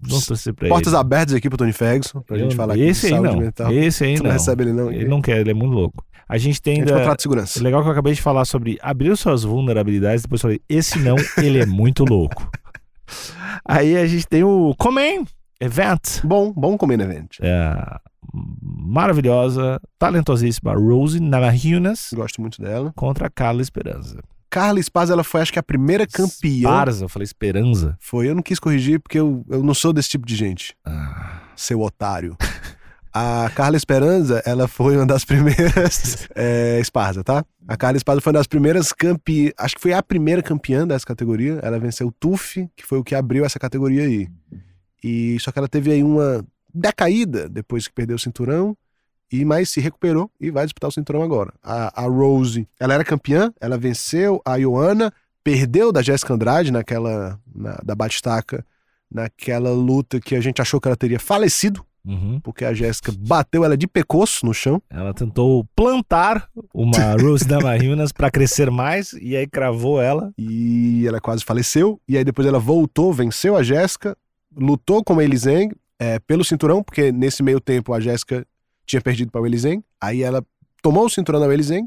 S2: Vamos torcer pra
S3: Portas
S2: ele.
S3: abertas aqui pro Tony Ferguson, pra gente
S2: Eu-
S3: falar aqui de
S2: esse aí
S3: saúde
S2: não.
S3: mental.
S2: Esse aí
S3: Você não
S2: não.
S3: recebe ele, não.
S2: Ele não quer, ele é muito louco. A gente
S3: A
S2: tem
S3: gente
S2: ainda.
S3: contrata segurança.
S2: Legal que eu acabei de falar sobre abrir suas vulnerabilidades, depois falei, esse não, ele é muito é louco. Aí a gente tem o Comen Event.
S3: Bom, bom comendo event.
S2: É, a maravilhosa, talentosíssima Rose Navajunas
S3: Gosto muito dela.
S2: contra a Carla Esperanza.
S3: Carla Espaz, ela foi, acho que, a primeira campeã.
S2: Esparza, eu falei Esperanza.
S3: Foi, eu não quis corrigir porque eu, eu não sou desse tipo de gente. Seu otário. A Carla Esperanza, ela foi uma das primeiras. É, Esparza, tá? A Carla Esparza foi uma das primeiras campeãs. Acho que foi a primeira campeã dessa categoria. Ela venceu o TUF, que foi o que abriu essa categoria aí. E só que ela teve aí uma decaída depois que perdeu o cinturão. E mas se recuperou e vai disputar o cinturão agora. A, a Rose, ela era campeã, ela venceu a Ioana, perdeu da Jéssica Andrade naquela na- da Batistaca, naquela luta que a gente achou que ela teria falecido,
S2: Uhum.
S3: porque a Jéssica bateu ela de pescoço no chão.
S2: Ela tentou plantar uma Rose Navajunas pra crescer mais e aí cravou ela.
S3: E ela quase faleceu. E aí depois ela voltou, venceu a Jéssica, lutou com a Elizeng é, pelo cinturão, porque nesse meio tempo a Jéssica tinha perdido para o Elizeng. Aí ela tomou o cinturão da Elizeng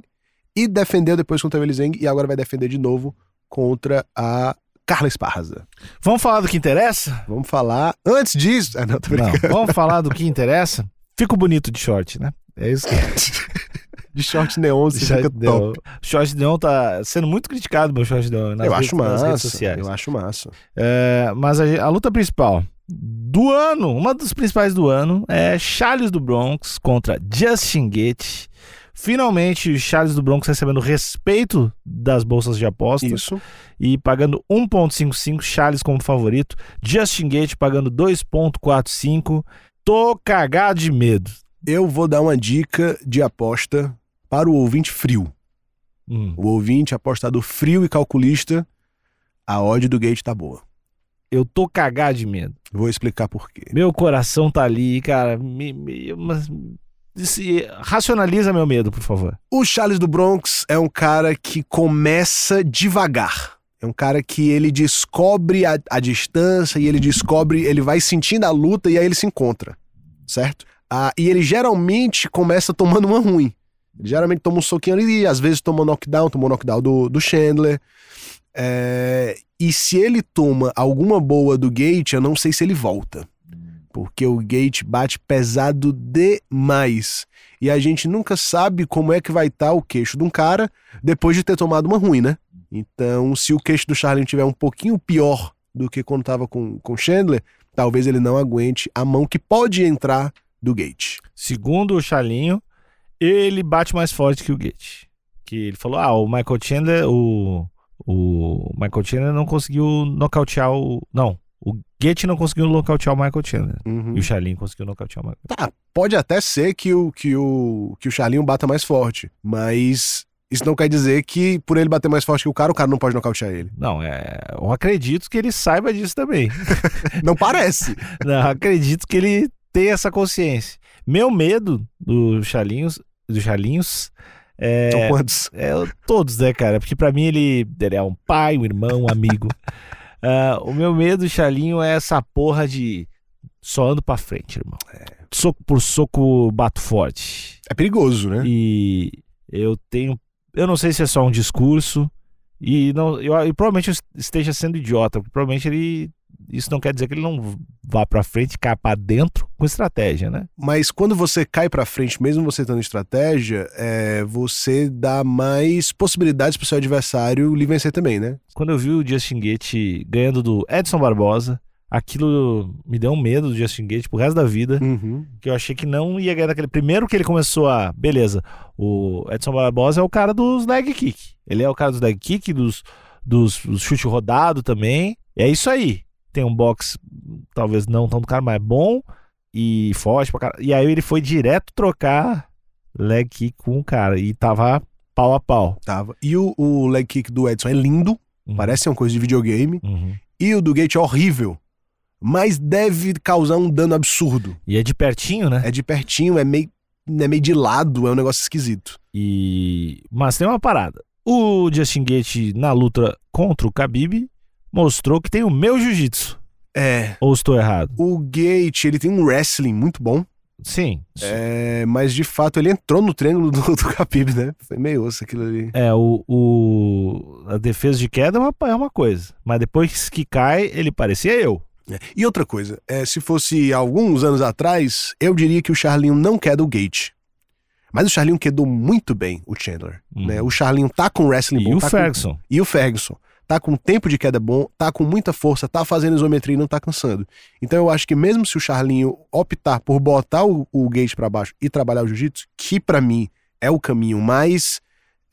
S3: e defendeu depois contra a Elizeng. E agora vai defender de novo contra a Carla Esparza.
S2: Vamos falar do que interessa?
S3: Vamos falar antes disso. Ah, não, tô
S2: Não,
S3: brincando.
S2: vamos falar do que interessa. Fico bonito de short, né? É isso que
S3: De short neon, você
S2: Short
S3: fica
S2: Neon.
S3: top.
S2: Short Neon tá sendo muito criticado, meu Short Neon, nas,
S3: eu
S2: redes,
S3: acho
S2: nas redes
S3: massa.
S2: sociais.
S3: Eu acho massa.
S2: É, mas a, ge- a luta principal do ano, uma dos principais do ano, é Charles do Bronx contra Justin Gaethje. Finalmente, o Charles do Bronx recebendo respeito das bolsas de apostas
S3: Isso.
S2: e pagando 1.55 Charles como favorito, Justin Gaethje pagando 2.45. Tô cagado de medo.
S3: Eu vou dar uma dica de aposta para o ouvinte frio.
S2: Hum,
S3: O ouvinte, apostador frio e calculista, a odd do Gate tá boa.
S2: eu tô cagado de medo.
S3: Vou explicar por quê.
S2: Meu coração tá ali, cara. Me, me- mas- se- racionaliza meu medo, por favor.
S3: O Charles do Bronx é um cara que começa devagar. É um cara que ele descobre a, a distância e ele descobre, ele vai sentindo a luta e aí ele se encontra, certo? Ah, e ele geralmente começa tomando uma ruim. Ele geralmente toma um soquinho ali, às vezes toma um knockdown, tomou um knockdown do, do Chandler. É, e se ele toma alguma boa do Gate, eu não sei se ele volta. Porque o Gate bate pesado demais. E a gente nunca sabe como é que vai estar o queixo de um cara depois de ter tomado uma ruim, né? Então, se o queixo do Charlin tiver um pouquinho pior do que quando tava com com o Chandler, talvez ele não aguente a mão que pode entrar do Gate.
S2: Segundo o Chalinho, ele bate mais forte que o Gate. Que ele falou: ah, o Michael Chandler, o. O Michael Chandler não conseguiu nocautear o. Não, o Gate não conseguiu nocautear o Michael Chandler. E o Chalinho conseguiu nocautear o Michael
S3: Tá, Uhum. pode até ser que o, que o, que o Charlinho bata mais forte, mas isso não quer dizer que por ele bater mais forte que o cara, o cara não pode nocautear ele.
S2: Não, é. Eu acredito que ele saiba disso também.
S3: Não
S2: É.
S3: parece.
S2: Não, acredito que ele tem essa consciência. Meu medo do Chalinhos, do Chalinhos é,
S3: São Então, quantos?
S2: é todos, né, cara? Porque pra mim ele, ele é um pai, um irmão, um amigo. Ah, o meu medo do Chalinho é essa porra de só ando pra frente, irmão. Soco por soco, bato forte.
S3: É perigoso, né?
S2: E eu tenho. Eu não sei se é só um discurso. E, não, eu, e provavelmente eu esteja sendo idiota. porque Provavelmente ele. Isso não quer dizer que ele não vá pra frente, caia pra dentro com estratégia, né?
S3: Mas quando você cai pra frente, mesmo você tendo estratégia, é, você dá mais possibilidades pro seu adversário lhe vencer também, né?
S2: Quando eu vi o Justin Gate ganhando do Edson Barbosa, aquilo me deu um medo do Justin Gate pro resto da vida. Que eu achei que não ia ganhar daquele. Primeiro que ele começou a. Beleza, o Edson Barbosa é o cara dos leg kick. Ele é o cara dos leg kick, dos, dos, dos chute rodado também. É isso aí. Tem um box, talvez não tão do cara, mas é bom e forte pra caralho. E aí ele foi direto trocar leg kick com o cara. E tava pau a pau.
S3: Tava. E o, o leg kick do Edson é lindo,
S2: Uhum.
S3: parece ser uma coisa de videogame.
S2: Uhum.
S3: E o do Gate é horrível, mas deve causar um dano absurdo.
S2: E é de pertinho, né?
S3: É de pertinho, é meio, é meio de lado, é um negócio esquisito.
S2: E mas tem uma parada. O Justin Gate na luta contra o Khabib mostrou que tem o meu jiu-jitsu.
S3: É.
S2: Ou estou errado?
S3: O Gate, ele tem um wrestling muito bom.
S2: Sim.
S3: É, mas de fato ele entrou no triângulo do, do Khabib, né? Foi meio osso aquilo ali.
S2: É, o, o- a defesa de queda é uma, é uma coisa. Mas depois que cai, ele parecia eu.
S3: É. E outra coisa, é, se fosse alguns anos atrás, eu diria que o Charlinho não queda o Gate. Mas o Charlinho quedou muito bem o Chandler.
S2: Uhum.
S3: Né? O Charlinho tá com wrestling
S2: E
S3: bom.
S2: o
S3: tá com-
S2: Ferguson.
S3: e o Ferguson. Tá com tempo de queda bom, tá com muita força, tá fazendo isometria e não tá cansando. Então eu acho que mesmo se o Charlinho optar por botar o, o Gate pra baixo e trabalhar o jiu-jitsu, que pra mim é o caminho mais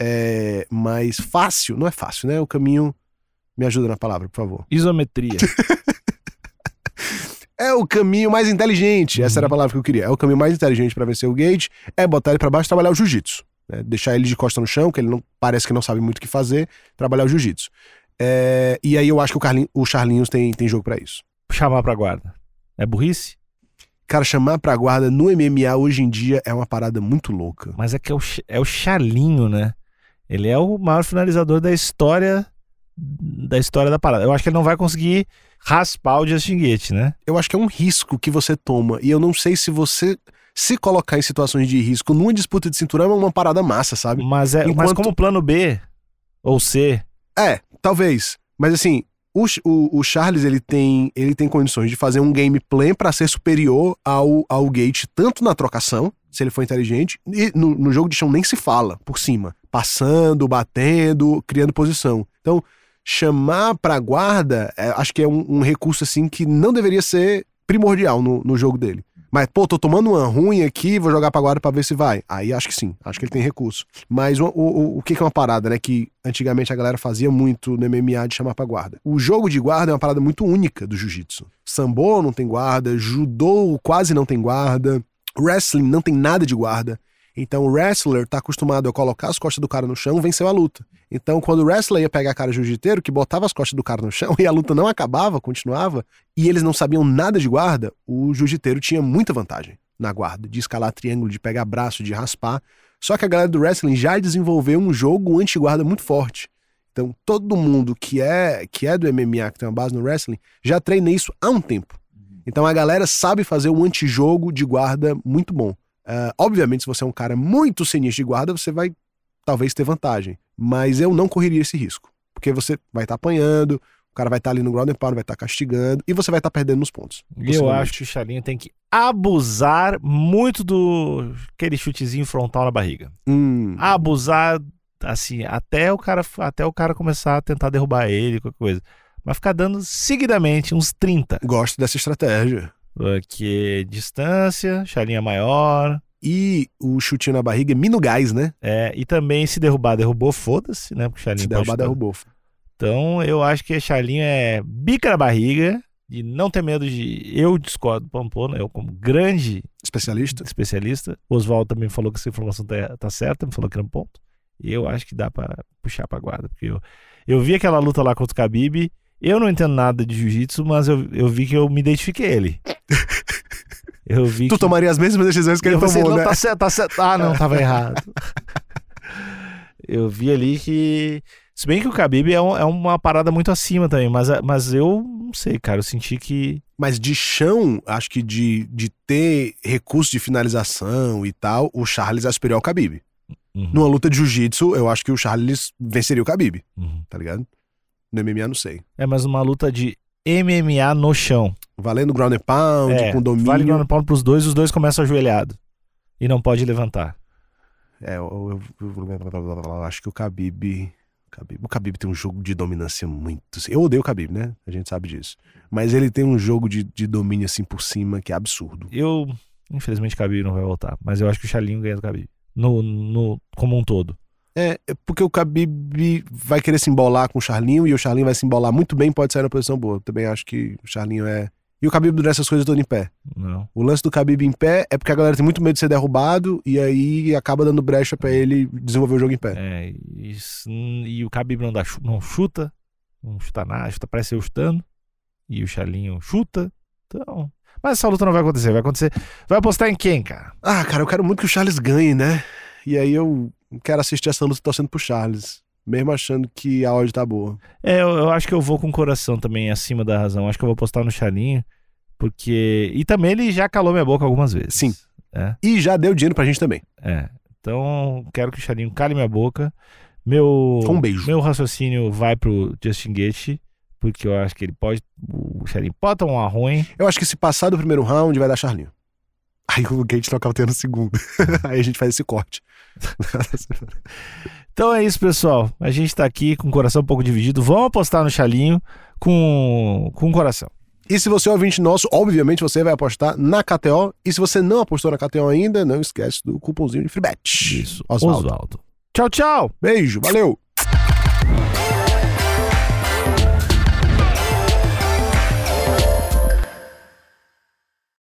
S3: é, mais fácil, não é fácil, né? É o caminho me ajuda na palavra, por favor.
S2: Isometria.
S3: É o caminho mais inteligente, essa era a palavra que eu queria. É o caminho mais inteligente pra vencer o Gate, é botar ele pra baixo e trabalhar o jiu-jitsu. né? Deixar ele de costa no chão, que ele não parece que não sabe muito o que fazer, trabalhar o jiu-jitsu. É, e aí eu acho que o, Carlin- o Charlinhos tem, tem jogo pra isso.
S2: Chamar pra guarda. É burrice?
S3: Cara, chamar pra guarda no MMA hoje em dia é uma parada muito louca.
S2: Mas é que é o, Ch- é o Charlinho, né? Ele é o maior finalizador da história da história da parada. Eu acho que ele não vai conseguir raspar o Justin Gate, né?
S3: Eu acho que é um risco que você toma, e eu não sei se você se colocar em situações de risco numa disputa de cinturão é uma parada massa, sabe?
S2: Mas, é, mas
S3: Enquanto-
S2: como plano B ou C,
S3: É, talvez. Mas assim, o, Ch- o- o Charles ele tem, ele tem condições de fazer um gameplay pra ser superior ao, ao Gate, tanto na trocação, se ele for inteligente, e no, no jogo de chão nem se fala por cima. Passando, batendo, criando posição. Então, chamar pra guarda, é, acho que é um, um recurso assim que não deveria ser primordial no, no jogo dele. Mas, pô, tô tomando uma ruim aqui, vou jogar pra guarda pra ver se vai. Aí acho que sim, acho que ele tem recurso. Mas o, o, o- o que que é uma parada, né? Que antigamente a galera fazia muito no MMA de chamar pra guarda. O jogo de guarda é uma parada muito única do jiu-jitsu. Sambo não tem guarda, judô quase não tem guarda, wrestling não tem nada de guarda. Então o wrestler tá acostumado a colocar as costas do cara no chão, venceu a luta. Então quando o wrestler ia pegar a cara do jiu-jiteiro, que botava as costas do cara no chão e a luta não acabava, continuava, e eles não sabiam nada de guarda, o jiu-jiteiro tinha muita vantagem na guarda, de escalar triângulo, de pegar braço, de raspar. Só que a galera do wrestling já desenvolveu um jogo anti-guarda muito forte. Então, todo mundo que é que é do MMA, que tem uma base no wrestling, já treina isso há um tempo.
S2: Uhum.
S3: Então, a galera sabe fazer um antijogo de guarda muito bom. Ah, obviamente, se você é um cara muito sinistro de guarda, você vai talvez ter vantagem. Mas eu não correria esse risco. Porque você vai estar apanhando, o cara vai estar ali no ground and pound, vai estar castigando, e você vai estar perdendo nos pontos.
S2: eu
S3: possivelmente.
S2: acho que o Charlinho tem que abusar muito do aquele chutezinho frontal na barriga.
S3: Hum.
S2: Abusar assim, até o cara até o cara começar a tentar derrubar ele, qualquer coisa. Mas ficar dando seguidamente uns 30,
S3: Gosto dessa estratégia.
S2: eh, que é distância, Charlinho é maior,
S3: E o chutinho na barriga é mino gás, né?
S2: é, e também se derrubar, derrubou, foda-se, né? Porque o Charlinho
S3: Se
S2: pode
S3: derrubar,
S2: chutar.
S3: derrubou.
S2: Então, eu acho que Charlinho é bica na barriga e não ter medo de. Eu discordo do Pampona, eu, como grande
S3: Especialista?
S2: especialista. O Oswaldo também falou que essa informação tá, tá certa, me falou que era um ponto. E eu acho que dá pra puxar pra guarda. Porque eu, eu vi aquela luta lá contra o Khabib. Eu não entendo nada de jiu-jitsu, mas eu, eu vi que eu me identifiquei ele. Eu vi
S3: Tu
S2: que.
S3: tomaria as mesmas decisões que ele
S2: eu pensei,
S3: tomou,
S2: não,
S3: né?
S2: tá certo, tá certo. Ah, não, tava errado. eu vi ali que. Se bem que o Khabib é, um- é uma parada muito acima também, mas, a- mas eu não sei, cara. Eu senti que.
S3: Mas de chão, acho que de, de ter recurso de finalização e tal, o Charles é superior ao Khabib.
S2: Uhum.
S3: Numa luta de jiu-jitsu, eu acho que o Charles venceria o Khabib,
S2: Uhum.
S3: tá ligado? No MMA, não sei.
S2: É mais uma luta de MMA no chão.
S3: Valendo ground and pound,
S2: É,
S3: com domínio.
S2: Vale ground and pound pros dois, os dois começam ajoelhado. E não pode levantar.
S3: É, eu, eu- eu- eu acho que o Khabib, o Khabib. O Khabib tem um jogo de dominância muito. Eu odeio o Khabib, né? A gente sabe disso. Mas ele tem um jogo de, de domínio assim por cima que é absurdo.
S2: Eu, infelizmente, o Khabib não vai voltar. Mas eu acho que o Chalinho ganha do Khabib. No, no, como um todo.
S3: É, é porque o Khabib vai querer se embolar com o Charlinho e o Charlinho vai se embolar muito bem, pode sair na posição boa. Eu Também acho que o Charlinho é. E o Khabib durante essas coisas todo em pé.
S2: Não.
S3: O lance do Khabib em pé é porque a galera tem muito medo de ser derrubado e aí acaba dando brecha pra ele desenvolver o jogo em pé.
S2: É, e, s- e o Khabib não, dá, chu- não chuta. Não chuta nada. Chuta, parece eu chutando. E o Chalinho chuta. Então... Mas essa luta não vai acontecer. Vai acontecer... Vai apostar em quem, cara?
S3: Ah, cara, eu quero muito que o Charles ganhe, né? E aí eu quero assistir essa luta torcendo pro Charles, mesmo achando que a odd tá boa.
S2: É, eu, eu acho que eu vou com o coração também acima da razão. Acho que eu vou apostar no Chalinho. Porque... E também ele já calou minha boca algumas vezes.
S3: Sim.
S2: É.
S3: E já deu dinheiro pra gente também.
S2: É. Então, quero que o Charinho cale minha boca. Meu,
S3: Com um beijo.
S2: meu raciocínio vai pro Justin Gaethje, porque eu acho que ele pode. O Charinho pode tomar um uma ruim.
S3: Eu acho que se passar do primeiro round, vai dar Charlinho. Aí o Gate nocauteia no segundo. Aí a gente faz esse corte.
S2: Então é isso, pessoal. A gente tá aqui com o coração um pouco dividido. Vamos apostar no Chalinho com, com o coração.
S3: E se você é ouvinte nosso, obviamente você vai apostar na KTO. E se você não apostou na KTO ainda, não esquece do cupomzinho de FreeBet.
S2: Isso.
S3: Oswaldo.
S2: Oswaldo. Tchau, tchau!
S3: Beijo, valeu!